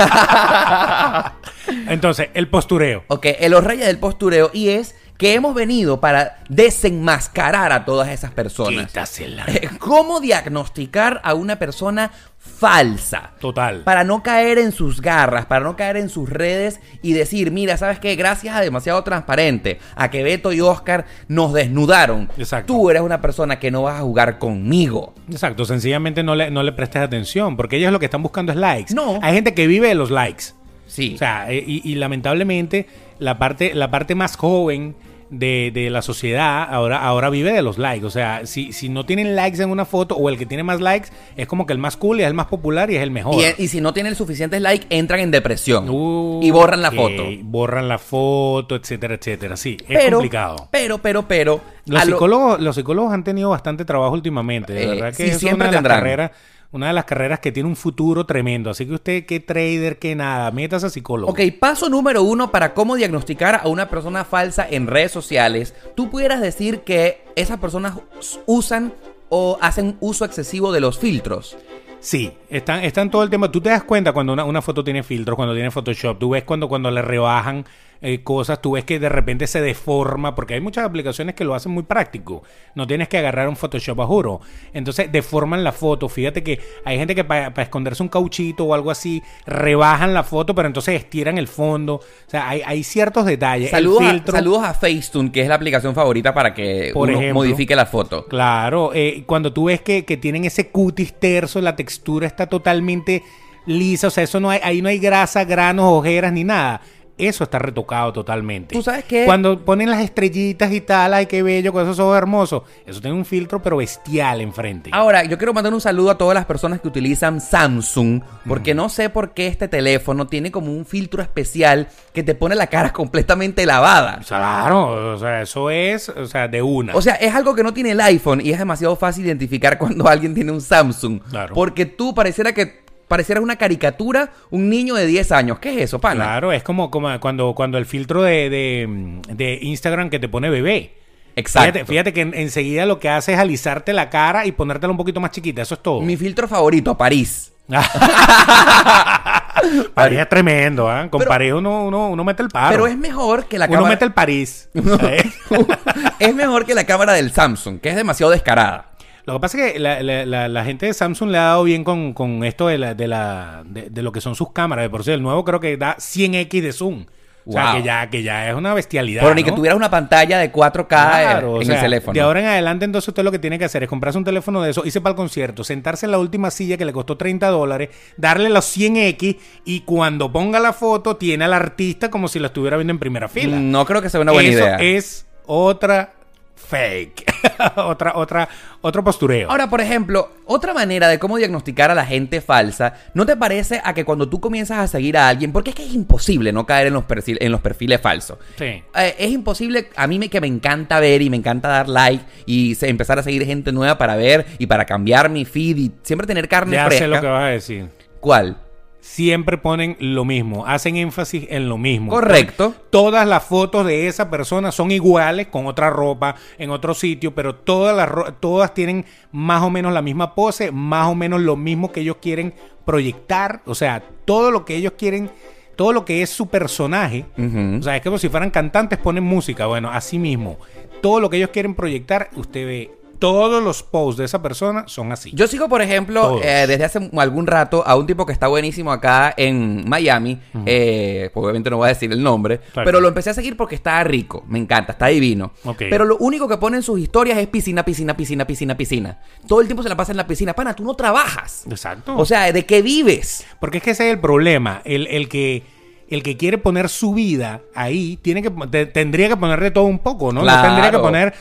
Speaker 2: Entonces, el postureo.
Speaker 1: ok, eh, los reyes del postureo y es que hemos venido para desenmascarar a todas esas personas.
Speaker 2: Quítasela.
Speaker 1: Eh, ¿Cómo diagnosticar a una persona falsa?
Speaker 2: Total.
Speaker 1: Para no caer en sus garras, para no caer en sus redes y decir, mira, ¿sabes qué? Gracias a demasiado transparente, a que Beto y Oscar nos desnudaron.
Speaker 2: Exacto.
Speaker 1: Tú eres una persona que no vas a jugar conmigo.
Speaker 2: Exacto, sencillamente no le, no le prestes atención, porque ellos lo que están buscando es likes.
Speaker 1: No.
Speaker 2: Hay gente que vive de los likes.
Speaker 1: Sí.
Speaker 2: O sea, eh, y, y lamentablemente la parte, la parte más joven de, de la sociedad ahora, ahora vive de los likes. O sea, si, si no tienen likes en una foto o el que tiene más likes es como que el más cool y es el más popular y es el mejor.
Speaker 1: y, y si no tienen suficientes likes, entran en depresión
Speaker 2: Uh,
Speaker 1: y borran la
Speaker 2: ok,
Speaker 1: foto.
Speaker 2: Borran la foto, etcétera, etcétera. Sí, es
Speaker 1: Pero,
Speaker 2: complicado.
Speaker 1: pero, pero, pero.
Speaker 2: Los
Speaker 1: a lo-
Speaker 2: psicólogos, los psicólogos han tenido bastante trabajo últimamente, de
Speaker 1: Eh,
Speaker 2: verdad que
Speaker 1: sí,
Speaker 2: eso es
Speaker 1: siempre
Speaker 2: una de las
Speaker 1: tendrán.
Speaker 2: carreras, una de las carreras que tiene un futuro tremendo. Así que usted, qué trader, qué nada, metas a psicólogo.
Speaker 1: Ok, paso número uno para cómo diagnosticar a una persona falsa en redes sociales. Tú pudieras decir que esas personas us- usan o hacen uso excesivo de los filtros.
Speaker 2: Sí, están, están todo el tema. Tú te das cuenta cuando una, una foto tiene filtros, cuando tiene Photoshop, tú ves cuando, cuando le rebajan eh, cosas, tú ves que de repente se deforma, porque hay muchas aplicaciones que lo hacen muy práctico. No tienes que agarrar un Photoshop a juro. Entonces deforman la foto. Fíjate que hay gente que para esconderse un cauchito o algo así, rebajan la foto, pero entonces estiran el fondo. O sea, hay, hay ciertos detalles. El
Speaker 1: Saludos,
Speaker 2: filtro-
Speaker 1: a, saludos a Facetune, que es la aplicación favorita para que
Speaker 2: Por
Speaker 1: uno
Speaker 2: ejemplo.
Speaker 1: modifique la foto.
Speaker 2: Claro, eh, cuando tú ves que, que tienen ese cutis terso, la textura está totalmente lisa, o sea, eso no hay, ahí no hay grasa, granos, ojeras ni nada. Eso está retocado totalmente.
Speaker 1: ¿Tú sabes qué?
Speaker 2: Cuando ponen las estrellitas y tal, ay, qué bello, con esos ojos hermosos. Eso tiene un filtro, pero bestial enfrente.
Speaker 1: Ahora, yo quiero mandar un saludo a todas las personas que utilizan Samsung, porque no sé por qué este teléfono tiene como un filtro especial que te pone la cara completamente lavada.
Speaker 2: Claro, o sea, eso es, o sea, de una.
Speaker 1: O sea, es algo que no tiene el iPhone y es demasiado fácil identificar cuando alguien tiene un Samsung.
Speaker 2: Claro.
Speaker 1: Porque tú pareciera que parecieras una caricatura, un niño de 10 años. ¿Qué es eso, pana?
Speaker 2: claro, es como, como cuando, cuando el filtro de, de, de Instagram que te pone bebé.
Speaker 1: Exacto.
Speaker 2: Fíjate, fíjate que en- enseguida lo que hace es alisarte la cara y ponértela un poquito más chiquita. Eso es todo.
Speaker 1: Mi filtro favorito, París.
Speaker 2: París es tremendo, ¿ah? Con
Speaker 1: Pero-
Speaker 2: París uno, uno, uno mete el paro.
Speaker 1: Pero es mejor que la
Speaker 2: uno
Speaker 1: cámara.
Speaker 2: mete el París. ¿Eh? ¿sabes?
Speaker 1: es mejor que la cámara del Samsung, que es demasiado descarada.
Speaker 2: lo que pasa es que la, la- la- la gente de Samsung le ha dado bien con, con esto de, la, de, la, de, de lo que son sus cámaras. De por sí, el nuevo creo que da 100x de zoom. O sea,
Speaker 1: Wow.
Speaker 2: que ya, que ya es una bestialidad.
Speaker 1: Pero ni
Speaker 2: ¿no?
Speaker 1: que tuvieras una pantalla de 4K
Speaker 2: Claro,
Speaker 1: en,
Speaker 2: o
Speaker 1: en el
Speaker 2: sea,
Speaker 1: teléfono.
Speaker 2: De ahora en adelante, entonces usted lo que tiene que hacer es comprarse un teléfono de eso, irse para el concierto, sentarse en la última silla que le costó 30 dólares, darle los 100X y cuando ponga la foto tiene al artista como si lo estuviera viendo en primera fila.
Speaker 1: No creo que sea Mm, una buena
Speaker 2: eso
Speaker 1: idea.
Speaker 2: es otra fake. otra, otra, otro postureo.
Speaker 1: Ahora, por ejemplo, otra manera de cómo diagnosticar a la gente falsa, ¿no te parece a que cuando tú comienzas a seguir a alguien, porque es que es imposible no caer en los, persil- en los perfiles falsos?
Speaker 2: Sí.
Speaker 1: Eh, es imposible, a mí me, que me encanta ver y me encanta dar like y se- empezar a seguir gente nueva para ver y para cambiar mi feed y siempre tener carne
Speaker 2: ya
Speaker 1: fresca.
Speaker 2: sé lo que vas a decir.
Speaker 1: ¿Cuál?
Speaker 2: Siempre ponen lo mismo, hacen énfasis en lo mismo.
Speaker 1: Correcto.
Speaker 2: Todas las fotos de esa persona son iguales con otra ropa en otro sitio, pero todas las ro- todas tienen más o menos la misma pose, más o menos lo mismo que ellos quieren proyectar, o sea, todo lo que ellos quieren, todo lo que es su personaje,
Speaker 1: Ujú.
Speaker 2: o sea, es como si fueran cantantes ponen música, bueno, así mismo, todo lo que ellos quieren proyectar, usted ve, todos los posts de esa persona son así.
Speaker 1: Yo sigo, por ejemplo,
Speaker 2: Todos.
Speaker 1: eh, desde hace algún rato a un tipo que está buenísimo acá en Miami. eh, pues obviamente no voy a decir el nombre.
Speaker 2: Claro.
Speaker 1: Pero lo empecé a seguir porque está rico. Me encanta, está divino.
Speaker 2: Ok.
Speaker 1: Pero lo único que pone en sus historias es piscina, piscina, piscina, piscina, piscina. Todo el tiempo se la pasa en la piscina. Pana, tú no trabajas.
Speaker 2: Exacto.
Speaker 1: O sea, ¿de qué vives?
Speaker 2: Porque es que ese es el problema. El, el que, el que quiere poner su vida ahí tiene que, te- tendría que poner de todo un poco, ¿no?
Speaker 1: Claro.
Speaker 2: No tendría que poner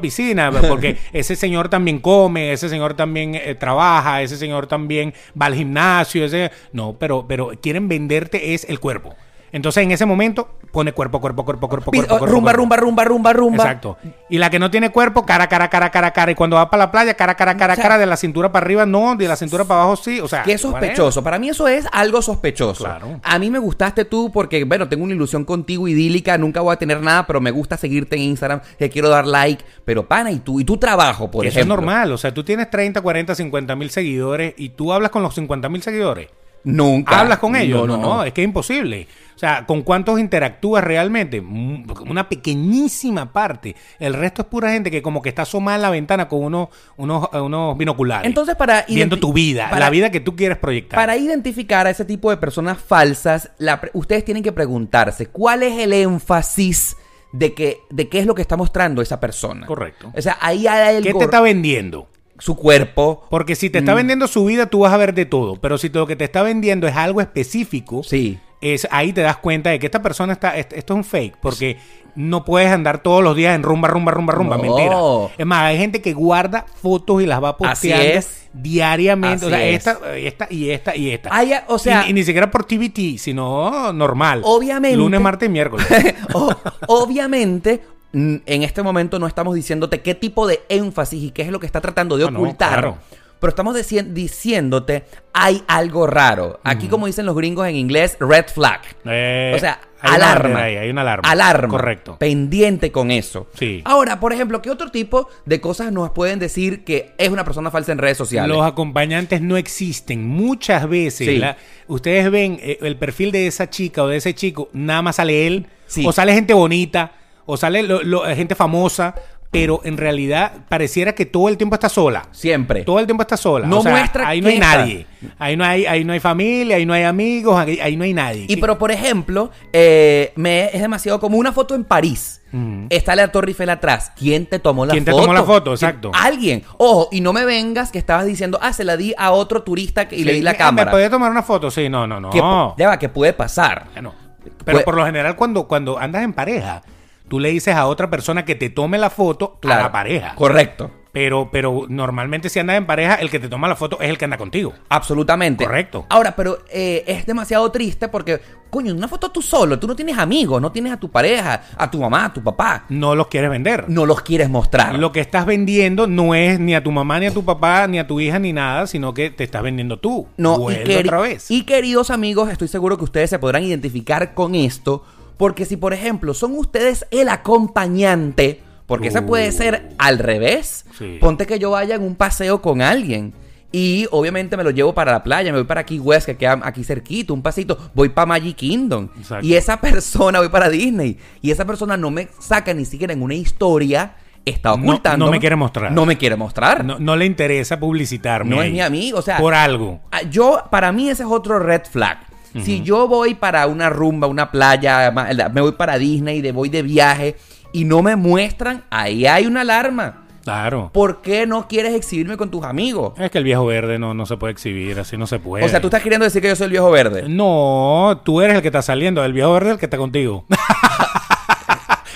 Speaker 2: piscina, porque ese señor también come, ese señor también eh, trabaja, ese señor también va al gimnasio, ese... No, pero, pero quieren venderte es el cuerpo. Entonces en ese momento pone cuerpo, cuerpo, cuerpo, cuerpo,
Speaker 1: Pi- oh,
Speaker 2: cuerpo. cuerpo,
Speaker 1: rumba,
Speaker 2: cuerpo.
Speaker 1: rumba, rumba, rumba, rumba.
Speaker 2: Exacto. Y la que no tiene cuerpo, cara, cara, cara, cara, cara. Y cuando va para la playa, cara, cara, cara,
Speaker 1: O sea,
Speaker 2: cara. De la cintura para arriba, no. De la cintura para abajo, sí. O sea,
Speaker 1: Qué
Speaker 2: ¿cuál es?
Speaker 1: sospechoso. Para mí eso es algo sospechoso.
Speaker 2: Ah, Claro.
Speaker 1: A mí me gustaste tú porque, bueno, tengo una ilusión contigo idílica, nunca voy a tener nada, pero me gusta seguirte en Instagram, te quiero dar like. Pero pana, y tú, y tu trabajo, por
Speaker 2: Que Eso es
Speaker 1: ejemplo.
Speaker 2: normal. O sea, tú tienes 30, 40, 50 mil seguidores y tú hablas con los 50 mil seguidores.
Speaker 1: Nunca.
Speaker 2: ¿Hablas con ellos?
Speaker 1: No, no, no.
Speaker 2: es que es imposible. O sea, ¿con cuántos interactúas realmente? Mm, Una pequeñísima parte. El resto es pura gente que como que está asomada en la ventana con unos, unos, eh, unos binoculares.
Speaker 1: Entonces, para
Speaker 2: Viendo
Speaker 1: identi-
Speaker 2: tu vida,
Speaker 1: para-
Speaker 2: la vida que tú quieres proyectar.
Speaker 1: Para identificar a ese tipo de personas falsas, la pre- ustedes tienen que preguntarse cuál es el énfasis de, que, de qué es lo que está mostrando esa persona.
Speaker 2: Correcto.
Speaker 1: O sea, ahí hay
Speaker 2: ¿Qué
Speaker 1: algo.
Speaker 2: te está vendiendo?
Speaker 1: Su cuerpo.
Speaker 2: Porque si te
Speaker 1: Mm.
Speaker 2: está vendiendo su vida, tú vas a ver de todo. Pero si lo que te está vendiendo es algo específico,
Speaker 1: Sí.
Speaker 2: es, ahí te das cuenta de que esta persona está. est- Esto es un fake. Porque no puedes andar todos los días en rumba, rumba, rumba, rumba.
Speaker 1: No.
Speaker 2: Mentira. Es más, hay gente que guarda fotos y las va posteando
Speaker 1: Así es.
Speaker 2: diariamente. o
Speaker 1: Así
Speaker 2: sea,
Speaker 1: es.
Speaker 2: esta, eh, esta y esta y esta.
Speaker 1: Hay a- o sea-
Speaker 2: Y, y ni siquiera por TVT, sino normal.
Speaker 1: Obviamente.
Speaker 2: Lunes, martes y miércoles.
Speaker 1: O- obviamente, mm, en este momento no estamos diciéndote qué tipo de énfasis y qué es lo que está tratando de
Speaker 2: Ah, no,
Speaker 1: ocultar.
Speaker 2: claro.
Speaker 1: Pero estamos dici- diciéndote, hay algo raro. Aquí, como dicen los gringos en inglés, red flag.
Speaker 2: Eh,
Speaker 1: o sea,
Speaker 2: hay una
Speaker 1: alarma.
Speaker 2: bandera ahí, hay una alarma.
Speaker 1: Alarma.
Speaker 2: Correcto.
Speaker 1: Pendiente con eso.
Speaker 2: Sí.
Speaker 1: Ahora, por ejemplo, ¿qué otro tipo de cosas nos pueden decir que es una persona falsa en redes sociales?
Speaker 2: Los acompañantes no existen. Muchas veces
Speaker 1: Sí.
Speaker 2: la- ustedes ven eh, el perfil de esa chica o de ese chico, nada más sale él,
Speaker 1: Sí.
Speaker 2: o sale gente bonita, o sale lo- lo- gente famosa, pero en realidad pareciera que todo el tiempo está sola.
Speaker 1: Siempre.
Speaker 2: Todo el tiempo está sola.
Speaker 1: No
Speaker 2: O sea,
Speaker 1: muestra
Speaker 2: ahí no hay
Speaker 1: quién está.
Speaker 2: nadie. Ahí no hay, ahí no hay familia, ahí no hay amigos, ahí, ahí no hay nadie.
Speaker 1: Y
Speaker 2: Sí.
Speaker 1: pero, por ejemplo, eh, me es demasiado como una foto en París. Está la Torre Eiffel atrás. ¿Quién te tomó la
Speaker 2: Mm. ¿Quién te
Speaker 1: foto?
Speaker 2: tomó la foto? Exacto.
Speaker 1: Alguien. Ojo, y no me vengas que estabas diciendo, ah, se la di a otro turista que- y le
Speaker 2: Sí,
Speaker 1: di la
Speaker 2: eh,
Speaker 1: cámara.
Speaker 2: ¿Me podía tomar una foto? Sí, no, no, no.
Speaker 1: Que, Ya va, que puede pasar.
Speaker 2: Bueno, pero
Speaker 1: Pues-
Speaker 2: por lo general cuando, cuando andas en pareja, tú le dices a otra persona que te tome la foto a la pareja.
Speaker 1: Correcto.
Speaker 2: Pero, pero normalmente si andas en pareja, el que te toma la foto es el que anda contigo.
Speaker 1: Absolutamente.
Speaker 2: Correcto.
Speaker 1: Ahora, pero eh, es demasiado triste porque, coño, en una foto tú solo, tú no tienes amigos, no tienes a tu pareja, a tu mamá, a tu papá.
Speaker 2: No los quieres vender.
Speaker 1: No los quieres mostrar.
Speaker 2: Lo que estás vendiendo no es ni a tu mamá, ni a tu papá, ni a tu hija, ni nada, sino que te estás vendiendo tú.
Speaker 1: No, y,
Speaker 2: Vuelve
Speaker 1: queri-
Speaker 2: otra vez.
Speaker 1: y queridos amigos, estoy seguro que ustedes se podrán identificar con esto, porque si por ejemplo son ustedes el acompañante, porque esa puede
Speaker 2: Uh.
Speaker 1: ser al revés,
Speaker 2: Sí.
Speaker 1: ponte que yo vaya en un paseo con alguien. Y obviamente me lo llevo para la playa, me voy para Key West, que queda aquí cerquito, un pasito, voy para Magic Kingdom.
Speaker 2: Exacto.
Speaker 1: Y esa persona, voy para Disney, y esa persona no me saca ni siquiera en una historia, está
Speaker 2: No- no
Speaker 1: ocultando.
Speaker 2: me quiere mostrar.
Speaker 1: No me quiere mostrar.
Speaker 2: No, no le interesa publicitarme.
Speaker 1: No
Speaker 2: ahí.
Speaker 1: es mi amigo, o sea-
Speaker 2: Por algo.
Speaker 1: Ah, Yo, para mí ese es otro red flag. Si yo voy para una rumba, una playa, ma- la- me voy para Disney, de, voy de viaje y no me muestran, ahí hay una alarma.
Speaker 2: Claro.
Speaker 1: ¿Por qué no quieres exhibirme con tus amigos?
Speaker 2: Es que el viejo verde no, no se puede exhibir, así no se puede.
Speaker 1: O sea, tú estás queriendo decir que yo soy el viejo verde.
Speaker 2: No, tú eres el que está saliendo, el viejo verde el que está contigo.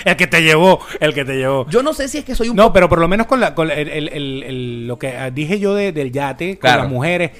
Speaker 2: el que te llevó, el que te llevó.
Speaker 1: Yo no sé si es que soy un...
Speaker 2: No, pero por lo menos con, la, con el- el- el- el- lo que ah, dije yo de- del yate, con
Speaker 1: Claro.
Speaker 2: las mujeres,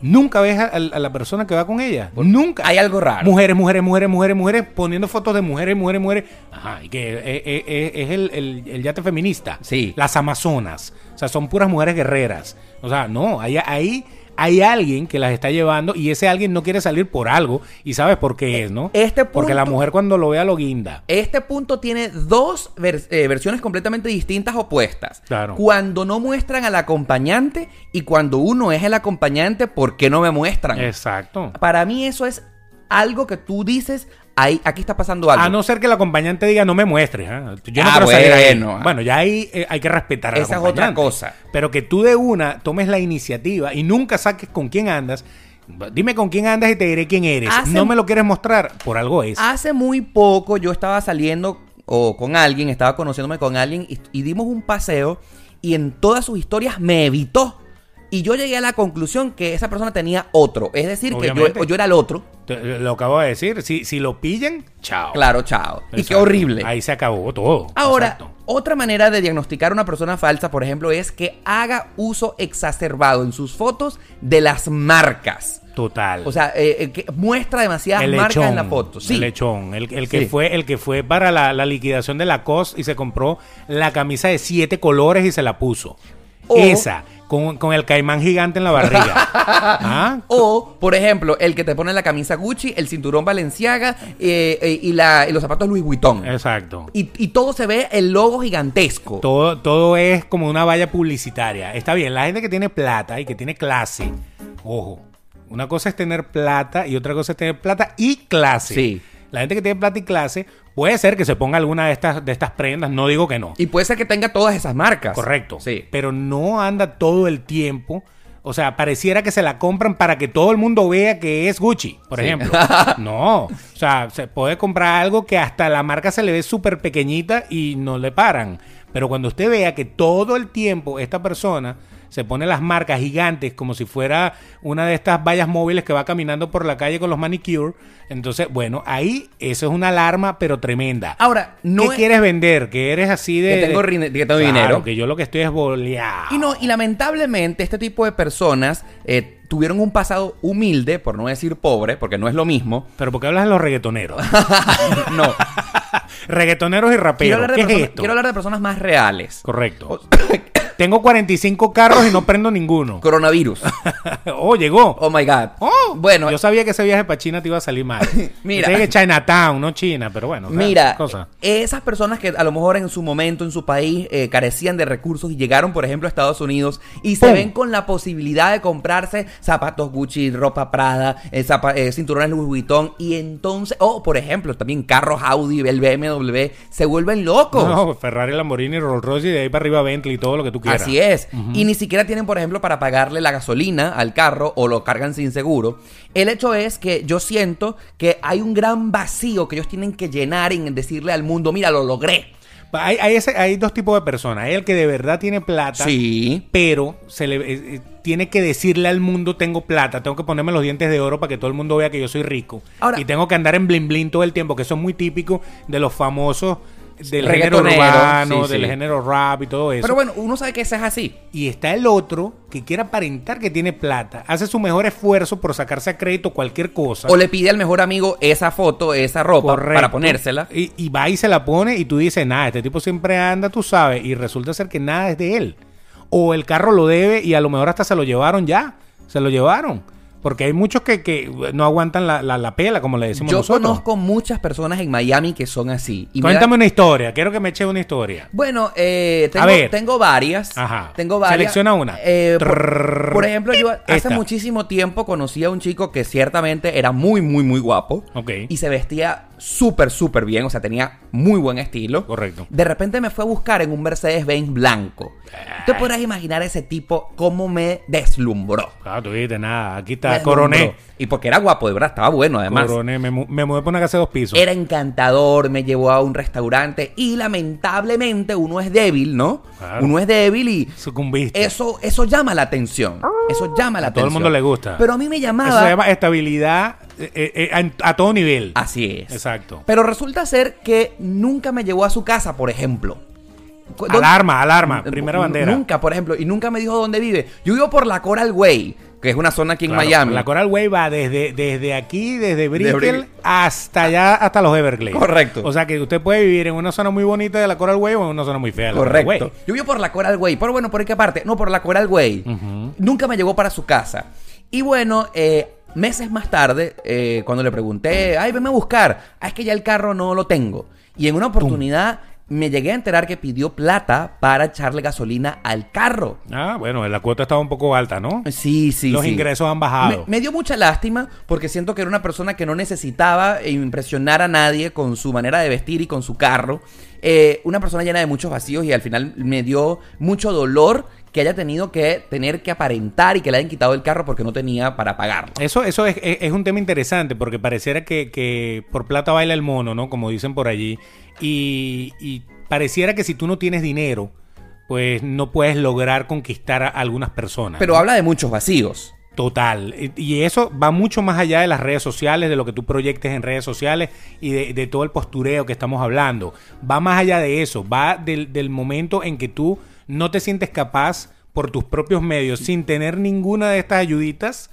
Speaker 2: nunca ves a, a- a la persona que va con ella. Nunca.
Speaker 1: Hay algo raro.
Speaker 2: Mujeres, mujeres, mujeres, mujeres, mujeres, poniendo fotos de mujeres, mujeres, mujeres. Ajá, y que eh, eh, eh, es el, el- el yate feminista.
Speaker 1: Sí.
Speaker 2: Las amazonas. O sea, son puras mujeres guerreras. O sea, no, hay, ahí hay alguien que las está llevando y ese alguien no quiere salir por algo y sabes por qué es, ¿no?
Speaker 1: este
Speaker 2: Porque la
Speaker 1: punto-
Speaker 2: mujer cuando lo vea lo guinda.
Speaker 1: Este punto tiene dos vers- eh, versiones completamente distintas opuestas.
Speaker 2: Claro.
Speaker 1: Cuando no muestran al acompañante y cuando uno es el acompañante, ¿por qué no me muestran?
Speaker 2: Exacto.
Speaker 1: Para mí eso es algo que tú dices, ahí, aquí está pasando algo.
Speaker 2: A Ah, no ser que el acompañante diga, no me muestres. ¿ah? Yo no
Speaker 1: Ah,
Speaker 2: quiero salir ahí".
Speaker 1: bueno.
Speaker 2: Bueno, ya ahí eh, hay que respetar al
Speaker 1: Esa es otra
Speaker 2: acompañante.
Speaker 1: cosa.
Speaker 2: Pero que tú de una tomes la iniciativa y nunca saques con quién andas. Dime con quién andas y te diré quién eres.
Speaker 1: Hace-
Speaker 2: No me lo quieres mostrar, por algo es.
Speaker 1: Hace muy poco yo estaba saliendo o con alguien, estaba conociéndome con alguien y, y dimos un paseo y en todas sus historias me evitó. Y yo llegué a la conclusión que esa persona tenía otro. Es decir, que yo,
Speaker 2: Obviamente.
Speaker 1: yo era el otro.
Speaker 2: Te- eh, Lo acabo de decir. Si, si lo pillan, chao.
Speaker 1: Claro, chao. Y qué
Speaker 2: Exacto.
Speaker 1: horrible.
Speaker 2: Ahí se acabó todo.
Speaker 1: Ahora,
Speaker 2: Exacto.
Speaker 1: otra manera de diagnosticar a una persona falsa, por ejemplo, es que haga uso exacerbado en sus fotos de las marcas.
Speaker 2: Total.
Speaker 1: O sea, eh, eh, que muestra demasiadas
Speaker 2: el
Speaker 1: marcas
Speaker 2: lechón,
Speaker 1: en la foto. Sí.
Speaker 2: El lechón. El, el que
Speaker 1: Sí.
Speaker 2: fue, el que fue para la, la liquidación de la COS y se compró la camisa de siete colores y se la puso.
Speaker 1: O-
Speaker 2: Esa, con, con el caimán gigante en la barriga. ¿Ah?
Speaker 1: O, por ejemplo, el que te pone la camisa Gucci, el cinturón Balenciaga eh, eh, y, la- y los zapatos Louis Vuitton.
Speaker 2: Exacto.
Speaker 1: Y, y todo se ve el logo gigantesco.
Speaker 2: Todo, todo es como una valla publicitaria. Está bien, la gente que tiene plata y que tiene clase, ojo, una cosa es tener plata y otra cosa es tener plata y clase.
Speaker 1: Sí.
Speaker 2: La gente que tiene plata y clase puede ser que se ponga alguna de estas, de estas prendas, no digo que no.
Speaker 1: Y puede ser que tenga todas esas marcas.
Speaker 2: Correcto.
Speaker 1: Sí.
Speaker 2: Pero no anda todo el tiempo. O sea, pareciera que se la compran para que todo el mundo vea que es Gucci, por
Speaker 1: Sí.
Speaker 2: ejemplo. No. O sea, se puede comprar algo que hasta la marca se le ve súper pequeñita y no le paran. Pero cuando usted vea que todo el tiempo esta persona se pone las marcas gigantes como si fuera una de estas vallas móviles que va caminando por la calle con los manicure, entonces, bueno, ahí eso es una alarma, pero tremenda.
Speaker 1: Ahora, no
Speaker 2: ¿Qué
Speaker 1: es-
Speaker 2: quieres vender? Que eres así de...
Speaker 1: Que tengo
Speaker 2: de-
Speaker 1: rine- que tengo
Speaker 2: Claro,
Speaker 1: dinero.
Speaker 2: que yo lo que estoy es boleado.
Speaker 1: Y no, y lamentablemente este tipo de personas eh, tuvieron un pasado humilde, por no decir pobre, porque no es lo mismo.
Speaker 2: Pero ¿por qué hablas de los reggaetoneros?
Speaker 1: no.
Speaker 2: reggaetoneros y
Speaker 1: Quiero
Speaker 2: raperos.
Speaker 1: hablar, de
Speaker 2: ¿Qué es
Speaker 1: personas,
Speaker 2: esto?
Speaker 1: quiero hablar Oh. de personas más reales.
Speaker 2: Correcto. Tengo 45 carros y no prendo ninguno.
Speaker 1: Coronavirus.
Speaker 2: oh, llegó.
Speaker 1: Oh my God.
Speaker 2: Oh,
Speaker 1: bueno,
Speaker 2: Yo sabía que ese viaje para China te iba a salir mal.
Speaker 1: Mira.
Speaker 2: Pensé que Chinatown, no China, pero bueno. o sea,
Speaker 1: Mira,
Speaker 2: cosa.
Speaker 1: eh, esas personas que a lo mejor en su momento, en su país, eh, carecían de recursos y llegaron, por ejemplo, a Estados Unidos y se
Speaker 2: ¡Pum!
Speaker 1: ven con la posibilidad de comprarse zapatos Gucci, ropa Prada, eh, zapa- eh, cinturones Louis Vuitton y entonces, o por ejemplo, también carros Audi, el BMW, se vuelven locos.
Speaker 2: No, Ferrari, Lamborghini, Rolls Royce y de ahí para arriba Bentley y todo lo que tú quieras.
Speaker 1: Así es. Y ni siquiera tienen, por ejemplo, para pagarle la gasolina al carro o lo cargan sin seguro. El hecho es que yo siento que hay un gran vacío que ellos tienen que llenar en decirle al mundo, mira, lo logré.
Speaker 2: Hay, hay ese- hay dos tipos de personas. Hay el que de verdad tiene plata.
Speaker 1: Sí.
Speaker 2: pero se le, eh, eh, tiene que decirle al mundo tengo plata, tengo que ponerme los dientes de oro para que todo el mundo vea que yo soy rico.
Speaker 1: Ahora-
Speaker 2: y tengo que andar en blin blin todo el tiempo, que eso es muy típico de los famosos del género
Speaker 1: Reggaetonero,
Speaker 2: urbano,
Speaker 1: sí,
Speaker 2: del
Speaker 1: sí.
Speaker 2: género rap y todo eso.
Speaker 1: Pero bueno, uno sabe que ese es así.
Speaker 2: Y está el otro que quiere aparentar que tiene plata, hace su mejor esfuerzo por sacarse a crédito cualquier cosa.
Speaker 1: O le pide al mejor amigo esa foto, esa ropa
Speaker 2: Correcto.
Speaker 1: para ponérsela.
Speaker 2: Y, y va y se la pone y tú dices, nada, este tipo siempre anda, tú sabes, y resulta ser que nada es de él. O el carro lo debe y a lo mejor hasta se lo llevaron ya, se lo llevaron. Porque hay muchos que, que no aguantan la, la- la pela, como le decimos
Speaker 1: Yo
Speaker 2: nosotros.
Speaker 1: conozco muchas personas en Miami que son así. Y me da-
Speaker 2: Cuéntame una historia, quiero que me eche una historia.
Speaker 1: Bueno, eh, tengo,
Speaker 2: A ver.
Speaker 1: tengo varias.
Speaker 2: Ajá.
Speaker 1: Tengo varias.
Speaker 2: Selecciona una.
Speaker 1: Eh, por,
Speaker 2: Trrr.
Speaker 1: por ejemplo, yo hace
Speaker 2: Esta.
Speaker 1: muchísimo tiempo conocí a un chico que ciertamente era muy, muy, muy guapo.
Speaker 2: Ok.
Speaker 1: Y se vestía súper, súper bien. O sea, tenía muy buen estilo.
Speaker 2: Correcto.
Speaker 1: De repente me fue a buscar en un Mercedes-Benz blanco. Te podrás imaginar ese tipo cómo me deslumbró.
Speaker 2: Ah, tú dijiste, nada, aquí
Speaker 1: Me
Speaker 2: está,
Speaker 1: deslumbró.
Speaker 2: coroné.
Speaker 1: Y porque era guapo, de verdad, estaba bueno además.
Speaker 2: Coroné, me, mu- me mudé por una casa de dos pisos.
Speaker 1: Era encantador, me llevó a un restaurante y lamentablemente uno es débil, ¿no?
Speaker 2: Claro.
Speaker 1: Uno es débil y
Speaker 2: Sucumbiste.
Speaker 1: eso, eso llama la atención. Eso llama la
Speaker 2: A todo el
Speaker 1: atención.
Speaker 2: mundo le gusta.
Speaker 1: Pero a mí me llamaba.
Speaker 2: Eso se llama estabilidad eh, eh, eh, a, a todo nivel.
Speaker 1: Así es.
Speaker 2: Exacto.
Speaker 1: Pero resulta ser que nunca me llevó a su casa, por ejemplo. Cu- ¿dónde-
Speaker 2: Alarma, alarma,
Speaker 1: N-
Speaker 2: primera
Speaker 1: n-
Speaker 2: bandera.
Speaker 1: Nunca, por ejemplo, y nunca me dijo dónde vive. Yo vivo por la Coral Way, que es una zona aquí en
Speaker 2: Claro,
Speaker 1: Miami.
Speaker 2: La Coral Way va desde, desde aquí, desde Brickell
Speaker 1: Brickell.
Speaker 2: hasta allá, hasta los Everglades.
Speaker 1: Correcto.
Speaker 2: O sea que usted puede vivir en una zona muy bonita de la Coral Way o en una zona muy fea de la Coral
Speaker 1: Correcto.
Speaker 2: Way.
Speaker 1: Yo vivo por la Coral Way. Pero bueno, ¿por qué parte? No, por la Coral Way. Nunca me llegó para su casa. Y bueno, eh, meses más tarde, eh, cuando le pregunté, ay, venme a buscar. Ah, es que ya el carro no lo tengo. Y en una oportunidad me llegué a enterar que pidió plata para echarle gasolina al carro.
Speaker 2: Ah, bueno, la cuota estaba un poco alta, ¿no?
Speaker 1: Sí, sí,
Speaker 2: Los
Speaker 1: sí.
Speaker 2: ingresos han bajado.
Speaker 1: Me, me dio mucha lástima porque siento que era una persona que no necesitaba eh, impresionar a nadie con su manera de vestir y con su carro. Eh, una persona llena de muchos vacíos y al final me dio mucho dolor que haya tenido que tener que aparentar y que le hayan quitado el carro porque no tenía para pagarlo.
Speaker 2: Eso, eso es, es- es un tema interesante porque pareciera que, que por plata baila el mono, ¿no? Como dicen por allí. Y, y pareciera que si tú no tienes dinero, pues no puedes lograr conquistar a algunas personas.
Speaker 1: Pero
Speaker 2: ¿no?
Speaker 1: habla de muchos vacíos.
Speaker 2: Total. Y- Y eso va mucho más allá de las redes sociales, de lo que tú proyectes en redes sociales y de, de todo el postureo que estamos hablando. Va más allá de eso. Va del, del momento en que tú no te sientes capaz por tus propios medios, sin tener ninguna de estas ayuditas,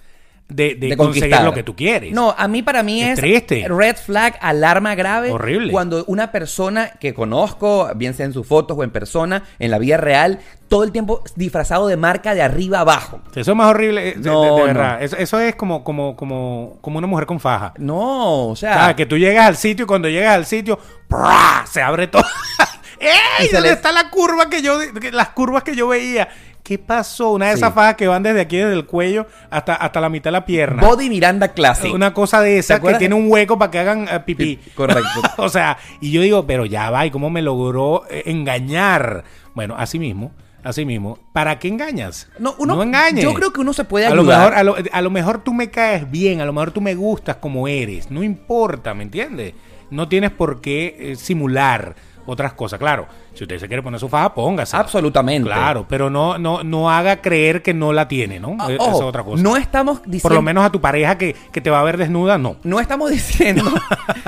Speaker 2: de, de
Speaker 1: de
Speaker 2: conseguir
Speaker 1: conquistar.
Speaker 2: lo que tú quieres.
Speaker 1: No, a mí para mí
Speaker 2: Qué
Speaker 1: es
Speaker 2: triste.
Speaker 1: red flag, alarma grave.
Speaker 2: Horrible.
Speaker 1: Cuando una persona que conozco, bien sea en sus fotos o en persona, en la vida real, todo el tiempo disfrazado de marca de arriba abajo.
Speaker 2: Eso es más horrible, eh, de- de-
Speaker 1: No,
Speaker 2: de,
Speaker 1: no.
Speaker 2: verdad. Eso, eso es como, como, como, como una mujer con faja.
Speaker 1: No, o sea,
Speaker 2: O sea, que tú llegas al sitio y cuando llegas al sitio, ¡prua! se abre todo. ¡Ey!
Speaker 1: Y se
Speaker 2: ¿Dónde
Speaker 1: le-
Speaker 2: está la curva que yo, que- las curvas que yo veía? ¿Qué pasó? Una de
Speaker 1: Sí.
Speaker 2: esas fajas que van desde aquí, desde el cuello hasta, hasta la mitad de la pierna.
Speaker 1: Body Miranda Classic.
Speaker 2: Una cosa de esa que
Speaker 1: acuerdas?
Speaker 2: tiene un hueco para que hagan eh, pipí.
Speaker 1: Sí, correcto.
Speaker 2: o sea, y yo digo, pero ya va, ¿y cómo me logró eh, engañar? Bueno, así mismo, así mismo. ¿Para qué engañas?
Speaker 1: No, uno-
Speaker 2: engañes.
Speaker 1: yo creo que uno se puede
Speaker 2: A lo,
Speaker 1: ayudar.
Speaker 2: mejor, a, lo, a lo mejor tú me caes bien, a lo mejor tú me gustas como eres. No importa, ¿me entiendes? No tienes por qué eh, simular otras cosas. Claro, si usted se quiere poner su faja, póngase.
Speaker 1: Absolutamente.
Speaker 2: Claro, pero no, no, no haga creer que no la tiene, ¿no?
Speaker 1: Ah,
Speaker 2: Eh,
Speaker 1: ojo,
Speaker 2: Esa es otra cosa.
Speaker 1: No estamos diciendo.
Speaker 2: Por lo menos a tu pareja que, que te va a ver desnuda, no.
Speaker 1: No estamos diciendo,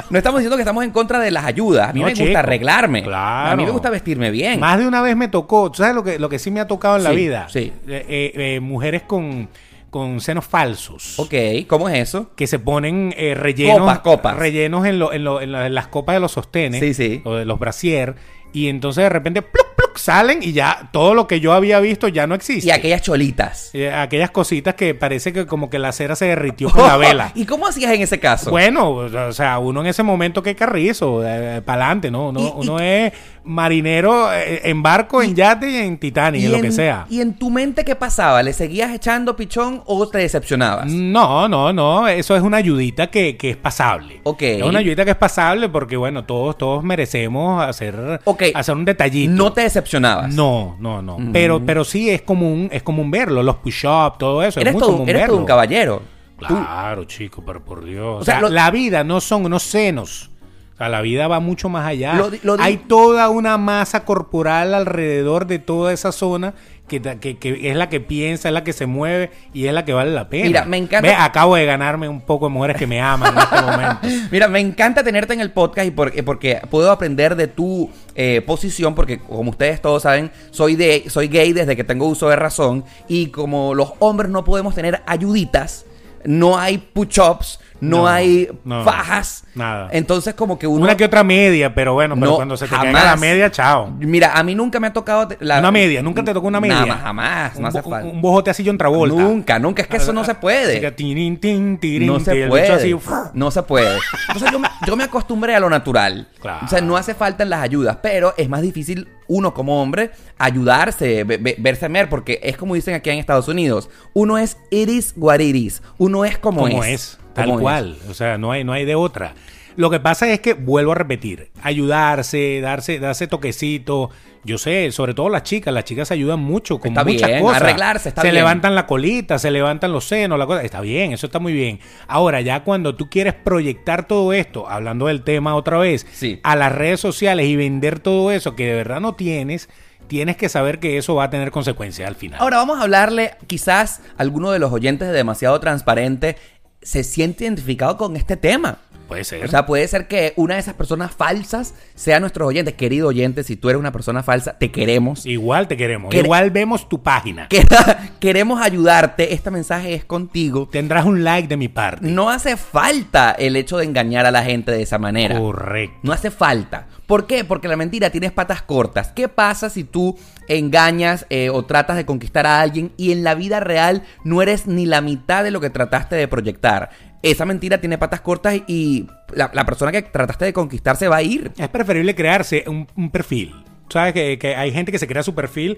Speaker 1: no estamos diciendo que estamos en contra de las ayudas. A mí
Speaker 2: No,
Speaker 1: me
Speaker 2: chico.
Speaker 1: gusta arreglarme.
Speaker 2: Claro.
Speaker 1: A mí me gusta vestirme bien.
Speaker 2: Más de una vez me tocó, ¿tú sabes lo que, lo que sí me ha tocado en la
Speaker 1: Sí,
Speaker 2: vida?
Speaker 1: sí.
Speaker 2: Eh, eh, eh, mujeres con, con senos falsos.
Speaker 1: Ok, ¿cómo es eso?
Speaker 2: Que se ponen eh, rellenos,
Speaker 1: Copas, copas.
Speaker 2: rellenos en, lo- en lo- en la- en las copas de los sostenes
Speaker 1: Sí, sí.
Speaker 2: o de los brasier. Y entonces de repente pluc, pluc, salen y ya todo lo que yo había visto ya no existe.
Speaker 1: Y aquellas cholitas.
Speaker 2: Eh, aquellas cositas que parece que como que la cera se derritió con la vela.
Speaker 1: ¿Y cómo hacías en ese caso?
Speaker 2: Bueno, o sea, uno en ese momento que carrizo, para adelante, ¿no? Uno,
Speaker 1: Y- y-
Speaker 2: uno es marinero eh, en barco, en yate y en Titanic, en lo que sea.
Speaker 1: ¿Y en tu mente qué pasaba? ¿Le seguías echando pichón o te decepcionabas?
Speaker 2: Mm, No, no, no, eso es una ayudita que, que es pasable.
Speaker 1: Ok.
Speaker 2: Es una ayudita que es pasable porque, bueno, todos, todos merecemos hacer,
Speaker 1: Ok.
Speaker 2: hacer un detallito.
Speaker 1: No te decepcionabas.
Speaker 2: No, no, no. Pero, pero sí es común, es común verlo, los push-up, todo eso.
Speaker 1: Eres,
Speaker 2: es muy
Speaker 1: todo,
Speaker 2: común
Speaker 1: eres todo
Speaker 2: verlo.
Speaker 1: un caballero.
Speaker 2: Claro, chico, pero por Dios. O
Speaker 1: O
Speaker 2: sea,
Speaker 1: sea, lo-
Speaker 2: la vida no son unos senos. O sea, la vida va mucho más allá.
Speaker 1: Lo di- lo di-
Speaker 2: Hay toda una masa corporal alrededor de toda esa zona que, ta- que- que es la que piensa, es la que se mueve y es la que vale la pena.
Speaker 1: Mira, me encanta-
Speaker 2: Ve, acabo de ganarme un poco de mujeres que me aman en este momento.
Speaker 1: Mira, me encanta tenerte en el podcast y porque, porque puedo aprender de tu eh, posición, porque como ustedes todos saben, soy, de, soy gay desde que tengo uso de razón y como los hombres no podemos tener ayuditas, no hay push-ups, no,
Speaker 2: No,
Speaker 1: hay
Speaker 2: no,
Speaker 1: fajas,
Speaker 2: nada.
Speaker 1: Entonces como que uno...
Speaker 2: Una que otra media, pero bueno, pero
Speaker 1: No,
Speaker 2: cuando se te caiga
Speaker 1: jamás.
Speaker 2: la media, chao.
Speaker 1: Mira, a mí nunca me ha tocado te- la-
Speaker 2: Una media, nunca te tocó una media.
Speaker 1: Nada, jamás,
Speaker 2: Un
Speaker 1: no hace
Speaker 2: bo-
Speaker 1: falta.
Speaker 2: Un bojote así John Travolta.
Speaker 1: Nunca, nunca, es que eso no se
Speaker 2: Así que
Speaker 1: puede.
Speaker 2: tirín, tin, tirín,
Speaker 1: No
Speaker 2: y
Speaker 1: se
Speaker 2: el bicho
Speaker 1: puede.
Speaker 2: así,
Speaker 1: No se puede. Entonces yo, me- yo me acostumbré a lo natural.
Speaker 2: Claro.
Speaker 1: O sea, no hace falta en las ayudas, pero es más difícil uno como hombre ayudarse, ve- ve- verse mer, porque es como dicen aquí en Estados Unidos. Uno es iris guariris, uno es como,
Speaker 2: como es,
Speaker 1: es.
Speaker 2: tal
Speaker 1: como es.
Speaker 2: cual. O sea, no hay, no hay de otra. Lo que pasa es que, vuelvo a repetir, ayudarse, darse, darse toquecito. Yo sé, sobre todo las chicas, las chicas se ayudan mucho con
Speaker 1: Está
Speaker 2: muchas
Speaker 1: bien,
Speaker 2: cosas.
Speaker 1: arreglarse, está
Speaker 2: se
Speaker 1: bien.
Speaker 2: levantan la colita, se levantan los senos, la cosa. Está bien, eso está muy bien. Ahora, ya cuando tú quieres proyectar todo esto, hablando del tema otra vez,
Speaker 1: Sí.
Speaker 2: a las redes sociales y vender todo eso que de verdad no tienes, tienes que saber que eso va a tener consecuencias al final.
Speaker 1: Ahora vamos a hablarle, quizás alguno de los oyentes de demasiado transparente se siente identificado con este tema.
Speaker 2: Puede ser.
Speaker 1: O sea, puede ser que una de esas personas falsas sea nuestros oyentes. Querido oyente, si tú eres una persona falsa, te queremos.
Speaker 2: Igual te queremos.
Speaker 1: Quere-
Speaker 2: Igual vemos tu página.
Speaker 1: Que- queremos ayudarte. Este mensaje es contigo.
Speaker 2: Tendrás un like de mi parte.
Speaker 1: No hace falta el hecho de engañar a la gente de esa manera.
Speaker 2: Correcto.
Speaker 1: No hace falta. ¿Por qué? Porque la mentira tienes patas cortas. ¿Qué pasa si tú engañas eh, o tratas de conquistar a alguien y en la vida real no eres ni la mitad de lo que trataste de proyectar? Esa mentira tiene patas cortas y la, la persona que trataste de conquistar se va a ir.
Speaker 2: Es preferible crearse un, un perfil. Sabes que, que hay gente que se crea su perfil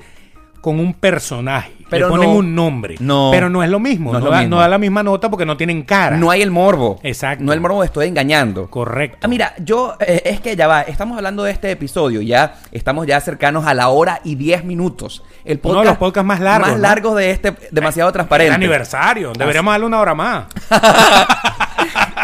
Speaker 2: con un personaje.
Speaker 1: Pero
Speaker 2: Le ponen
Speaker 1: no.
Speaker 2: un nombre.
Speaker 1: No.
Speaker 2: Pero no es lo mismo.
Speaker 1: No
Speaker 2: No,
Speaker 1: es lo
Speaker 2: da,
Speaker 1: mismo.
Speaker 2: no da la misma nota porque no tienen cara.
Speaker 1: No hay el morbo.
Speaker 2: Exacto.
Speaker 1: No hay el morbo de estoy engañando.
Speaker 2: Correcto.
Speaker 1: Ah, mira, yo, eh, es que ya va, estamos hablando de este episodio, ya estamos ya cercanos a la hora y 10 minutos. El
Speaker 2: Uno de los podcasts más largos,
Speaker 1: Más
Speaker 2: ¿no? Eh,
Speaker 1: largos de este, demasiado
Speaker 2: El
Speaker 1: transparente.
Speaker 2: aniversario. Deberíamos darle una hora más.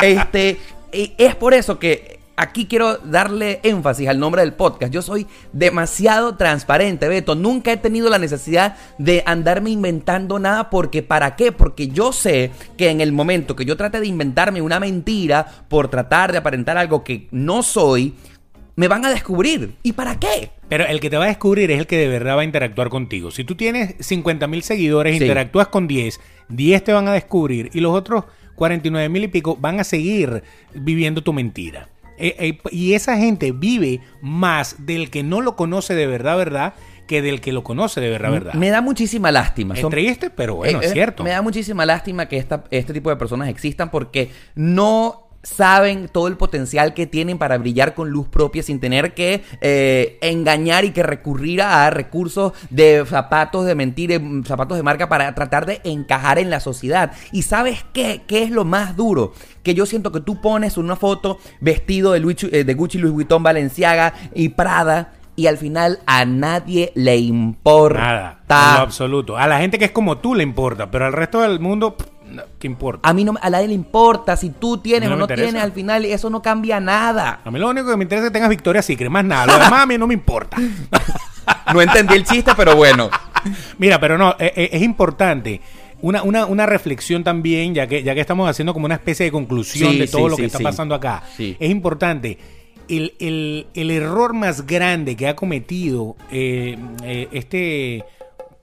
Speaker 1: Este, y es por eso que aquí quiero darle énfasis al nombre del podcast. Yo soy demasiado transparente, Beto. Nunca he tenido la necesidad de andarme inventando nada porque ¿para qué? Porque yo sé que en el momento que yo trate de inventarme una mentira por tratar de aparentar algo que no soy, me van a descubrir. ¿Y para qué?
Speaker 2: Pero el que te va a descubrir es el que de verdad va a interactuar contigo. Si tú tienes 50 mil seguidores,
Speaker 1: Sí.
Speaker 2: interactúas con 10, 10 te van a descubrir y los otros 49 mil y pico van a seguir viviendo tu mentira. Eh, eh, y esa gente vive más del que no lo conoce de verdad, verdad, que del que lo conoce de verdad, verdad.
Speaker 1: Me da muchísima lástima.
Speaker 2: es
Speaker 1: Son-
Speaker 2: triste, pero bueno,
Speaker 1: Eh,
Speaker 2: es
Speaker 1: eh,
Speaker 2: cierto.
Speaker 1: Me da muchísima lástima que esta, este tipo de personas existan porque no saben todo el potencial que tienen para brillar con luz propia sin tener que eh, engañar y que recurrir a recursos de zapatos de mentira, mm, zapatos de marca para tratar de encajar en la sociedad. ¿Y sabes qué? ¿Qué es lo más duro? Que yo siento que tú pones una foto vestido de, Luis- eh, de Gucci, Louis Vuitton, Balenciaga y Prada y al final a nadie le importa.
Speaker 2: Nada, en lo absoluto. A la gente que es como tú le importa, pero al resto del mundo, pff, no, ¿qué importa?
Speaker 1: A mí no, a nadie le importa si tú tienes o
Speaker 2: No me
Speaker 1: no
Speaker 2: interesa.
Speaker 1: tienes al final, eso no cambia nada.
Speaker 2: A mí lo único que me interesa es que tengas victoria que más nada. Lo demás a mí no me importa. Ah.
Speaker 1: No entendí el chiste, pero bueno.
Speaker 2: Mira, pero no, eh, eh, es importante. Una, una, una reflexión también, ya que, ya que estamos haciendo como una especie de conclusión
Speaker 1: Sí,
Speaker 2: de todo
Speaker 1: sí,
Speaker 2: lo que
Speaker 1: sí,
Speaker 2: está
Speaker 1: sí.
Speaker 2: pasando acá.
Speaker 1: Sí.
Speaker 2: Es importante. El, el- el error más grande que ha cometido eh, eh, este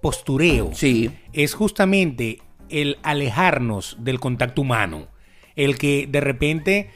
Speaker 2: postureo
Speaker 1: Sí.
Speaker 2: es justamente el alejarnos del contacto humano. El que de repente,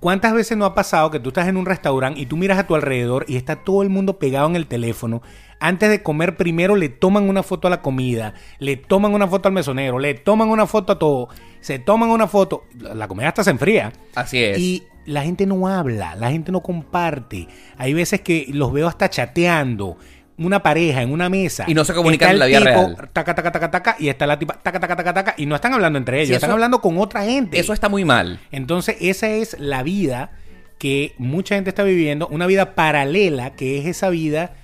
Speaker 2: ¿cuántas veces no ha pasado que tú estás en un restaurante y tú miras a tu alrededor y está todo el mundo pegado en el teléfono? Antes de comer, primero le toman una foto a la comida, le toman una foto al mesonero, le toman una foto a todo, se toman una foto, la la comida hasta se enfría.
Speaker 1: Así es.
Speaker 2: Y la gente no habla, la gente no comparte. Hay veces que los veo hasta chateando. Una pareja en una mesa.
Speaker 1: Y no se comunican
Speaker 2: Está
Speaker 1: en la
Speaker 2: el
Speaker 1: vida
Speaker 2: tipo,
Speaker 1: real.
Speaker 2: Taca, taca, taca, taca, y está la tipa, taca, taca, taca, taca, y no están hablando entre ellos,
Speaker 1: Sí,
Speaker 2: están
Speaker 1: eso-
Speaker 2: hablando con otra gente.
Speaker 1: Eso está muy mal.
Speaker 2: Entonces, esa es la vida que mucha gente está viviendo, una vida paralela, que es esa vida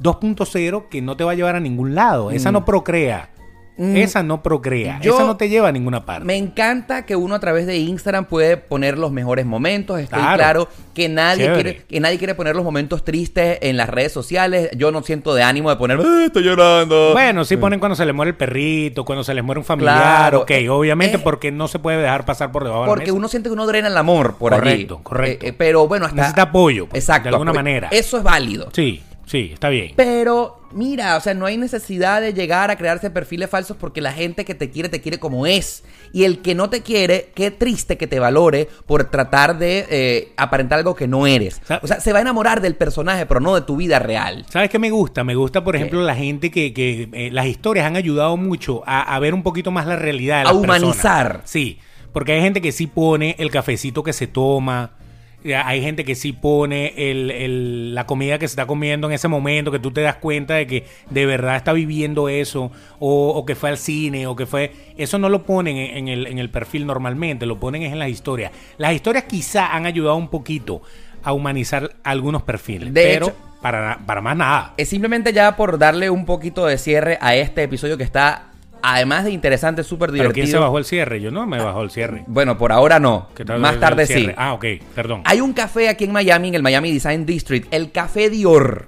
Speaker 2: 2.0 que no te va a llevar a ningún lado. Esa no procrea.
Speaker 1: Mm.
Speaker 2: Esa no procrea.
Speaker 1: Yo-
Speaker 2: esa no te lleva a ninguna parte.
Speaker 1: Me encanta que uno a través de Instagram puede poner los mejores momentos. Estoy
Speaker 2: Claro.
Speaker 1: claro, que nadie
Speaker 2: Chévere.
Speaker 1: quiere que nadie quiere poner los momentos tristes en las redes sociales. Yo no siento de ánimo de poner "Ah, estoy llorando.
Speaker 2: Bueno, sí ponen cuando se le muere el perrito, cuando se les muere un familiar,
Speaker 1: Claro.
Speaker 2: ok, obviamente
Speaker 1: Eh,
Speaker 2: porque no se puede dejar pasar por debajo de
Speaker 1: Porque
Speaker 2: la mesa.
Speaker 1: uno siente que uno drena el amor por
Speaker 2: Correcto,
Speaker 1: allí.
Speaker 2: correcto.
Speaker 1: Eh, eh, pero bueno, hasta
Speaker 2: Necesita apoyo, pues,
Speaker 1: Exacto.
Speaker 2: de alguna
Speaker 1: apoyo.
Speaker 2: manera.
Speaker 1: Eso es válido.
Speaker 2: Sí, sí, está bien.
Speaker 1: Pero mira, o sea, no hay necesidad de llegar a crearse perfiles falsos porque la gente que te quiere te quiere como es. Y el que no te quiere, qué triste que te valore por tratar de eh, aparentar algo que no eres.
Speaker 2: Sa-
Speaker 1: O sea, se va a enamorar del personaje, pero no de tu vida real.
Speaker 2: ¿Sabes qué me gusta? Me gusta, por ejemplo, la gente que, que, eh, las historias han ayudado mucho a, a ver un poquito más la realidad de
Speaker 1: A
Speaker 2: las
Speaker 1: humanizar.
Speaker 2: personas. Sí, porque hay gente que sí pone el cafecito que se toma, eh, hay gente que sí pone el- el- la comida que se está comiendo en ese momento, que tú te das cuenta de que de verdad está viviendo eso, o, o que fue al cine, o que fue... Eso no lo ponen en, en el, en el perfil normalmente, lo ponen es en las historias. Las historias quizá han ayudado un poquito a humanizar algunos perfiles,
Speaker 1: De
Speaker 2: pero...
Speaker 1: hecho-
Speaker 2: para, na- para más nada.
Speaker 1: Eh, simplemente ya por darle un poquito de cierre a este episodio que está, además de interesante, súper
Speaker 2: Pero ¿quién se
Speaker 1: divertido.
Speaker 2: bajó el cierre? Yo no me bajó el cierre.
Speaker 1: Bueno, por ahora no.
Speaker 2: ¿Qué tal el-
Speaker 1: Más
Speaker 2: el
Speaker 1: tarde sí.
Speaker 2: cierre? Ah, ok, perdón.
Speaker 1: Hay un café aquí en Miami, en el Miami Design District, el Café Dior.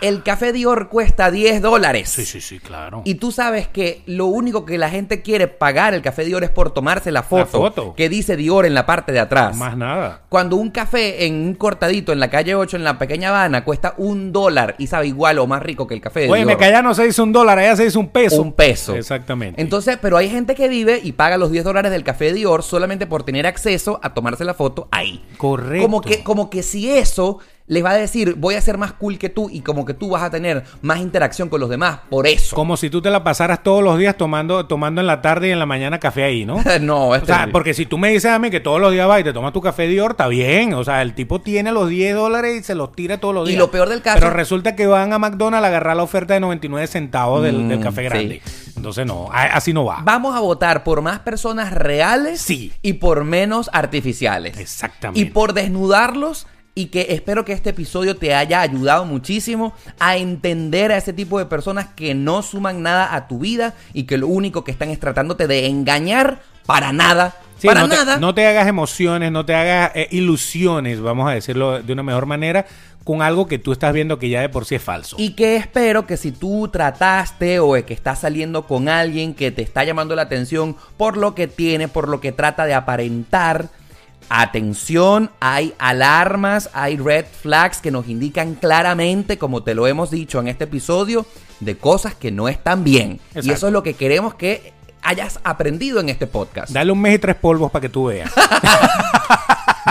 Speaker 1: El Café Dior cuesta 10 dólares.
Speaker 2: Ah. Sí, sí, sí, claro.
Speaker 1: Y tú sabes que lo único que la gente quiere pagar el Café Dior es por tomarse la foto,
Speaker 2: foto.
Speaker 1: que dice Dior en la parte de atrás.
Speaker 2: Más nada.
Speaker 1: Cuando un café en un cortadito en la calle 8 en la pequeña Habana cuesta un dólar y sabe igual o más rico que el café de
Speaker 2: Oye,
Speaker 1: Dior.
Speaker 2: que allá no se dice un dólar, allá se dice un peso.
Speaker 1: Un peso.
Speaker 2: Exactamente.
Speaker 1: Entonces, pero hay gente que vive y paga los 10 dólares del café Dior solamente por tener acceso a tomarse la foto ahí.
Speaker 2: Correcto.
Speaker 1: Como que, como que si eso les va a decir, voy a ser más cool que tú y como que tú vas a tener más interacción con los demás por eso.
Speaker 2: Como si tú te la pasaras todos los días tomando, tomando en la tarde y en la mañana café ahí, ¿no?
Speaker 1: no, es
Speaker 2: O sea,
Speaker 1: terrible.
Speaker 2: porque si tú me dices a mí que todos los días vas y te tomas tu café Dior, está bien. O sea, el tipo tiene los 10 dólares y se los tira todos los
Speaker 1: Y
Speaker 2: días.
Speaker 1: lo peor del caso-
Speaker 2: Pero resulta que van a McDonald's a agarrar la oferta de 99 centavos del,
Speaker 1: Mm,
Speaker 2: del café
Speaker 1: sí.
Speaker 2: grande. Entonces, no, a- así no va.
Speaker 1: Vamos a votar por más personas reales
Speaker 2: Sí.
Speaker 1: y por menos artificiales.
Speaker 2: Exactamente.
Speaker 1: Y por desnudarlos y que espero que este episodio te haya ayudado muchísimo a entender a ese tipo de personas que no suman nada a tu vida y que lo único que están es tratándote de engañar para nada.
Speaker 2: Sí,
Speaker 1: para
Speaker 2: no te-
Speaker 1: nada.
Speaker 2: no te hagas emociones, no te hagas eh, ilusiones, vamos a decirlo de una mejor manera, con algo que tú estás viendo que ya de por sí es falso.
Speaker 1: Y que espero que si tú trataste o que estás saliendo con alguien que te está llamando la atención por lo que tiene, por lo que trata de aparentar, Atención, hay alarmas, hay red flags que nos indican claramente, como te lo hemos dicho en este episodio, de cosas que no están bien. Y
Speaker 2: Exacto.
Speaker 1: eso es lo que queremos que hayas aprendido en este podcast.
Speaker 2: Dale un mes y tres polvos para que tú veas.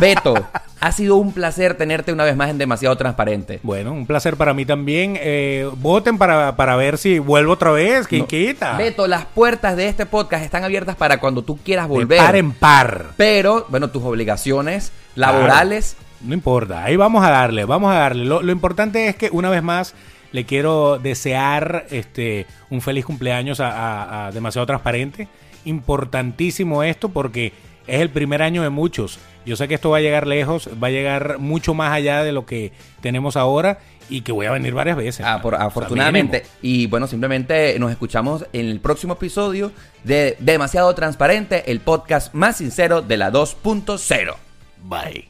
Speaker 1: Beto, ha sido un placer tenerte una vez más en Demasiado Transparente.
Speaker 2: Bueno, un placer para mí también. Eh, voten para, para ver si vuelvo otra vez. ¿Quién quita?
Speaker 1: Beto, las puertas de este podcast están abiertas para cuando tú quieras
Speaker 2: De
Speaker 1: volver.
Speaker 2: par en par.
Speaker 1: Pero, bueno, tus obligaciones laborales.
Speaker 2: No importa, ahí vamos a darle, vamos a darle. Lo, lo importante es que una vez más le quiero desear este un feliz cumpleaños a, a- a Demasiado Transparente. Importantísimo esto porque es el primer año de muchos. Yo sé que esto va a llegar lejos, va a llegar mucho más allá de lo que tenemos ahora y que voy a venir varias veces.
Speaker 1: Ah, por-
Speaker 2: O sea,
Speaker 1: afortunadamente.
Speaker 2: mínimo.
Speaker 1: y bueno, simplemente nos escuchamos en el próximo episodio de Demasiado Transparente, el podcast más sincero de la 2.0.
Speaker 2: Bye.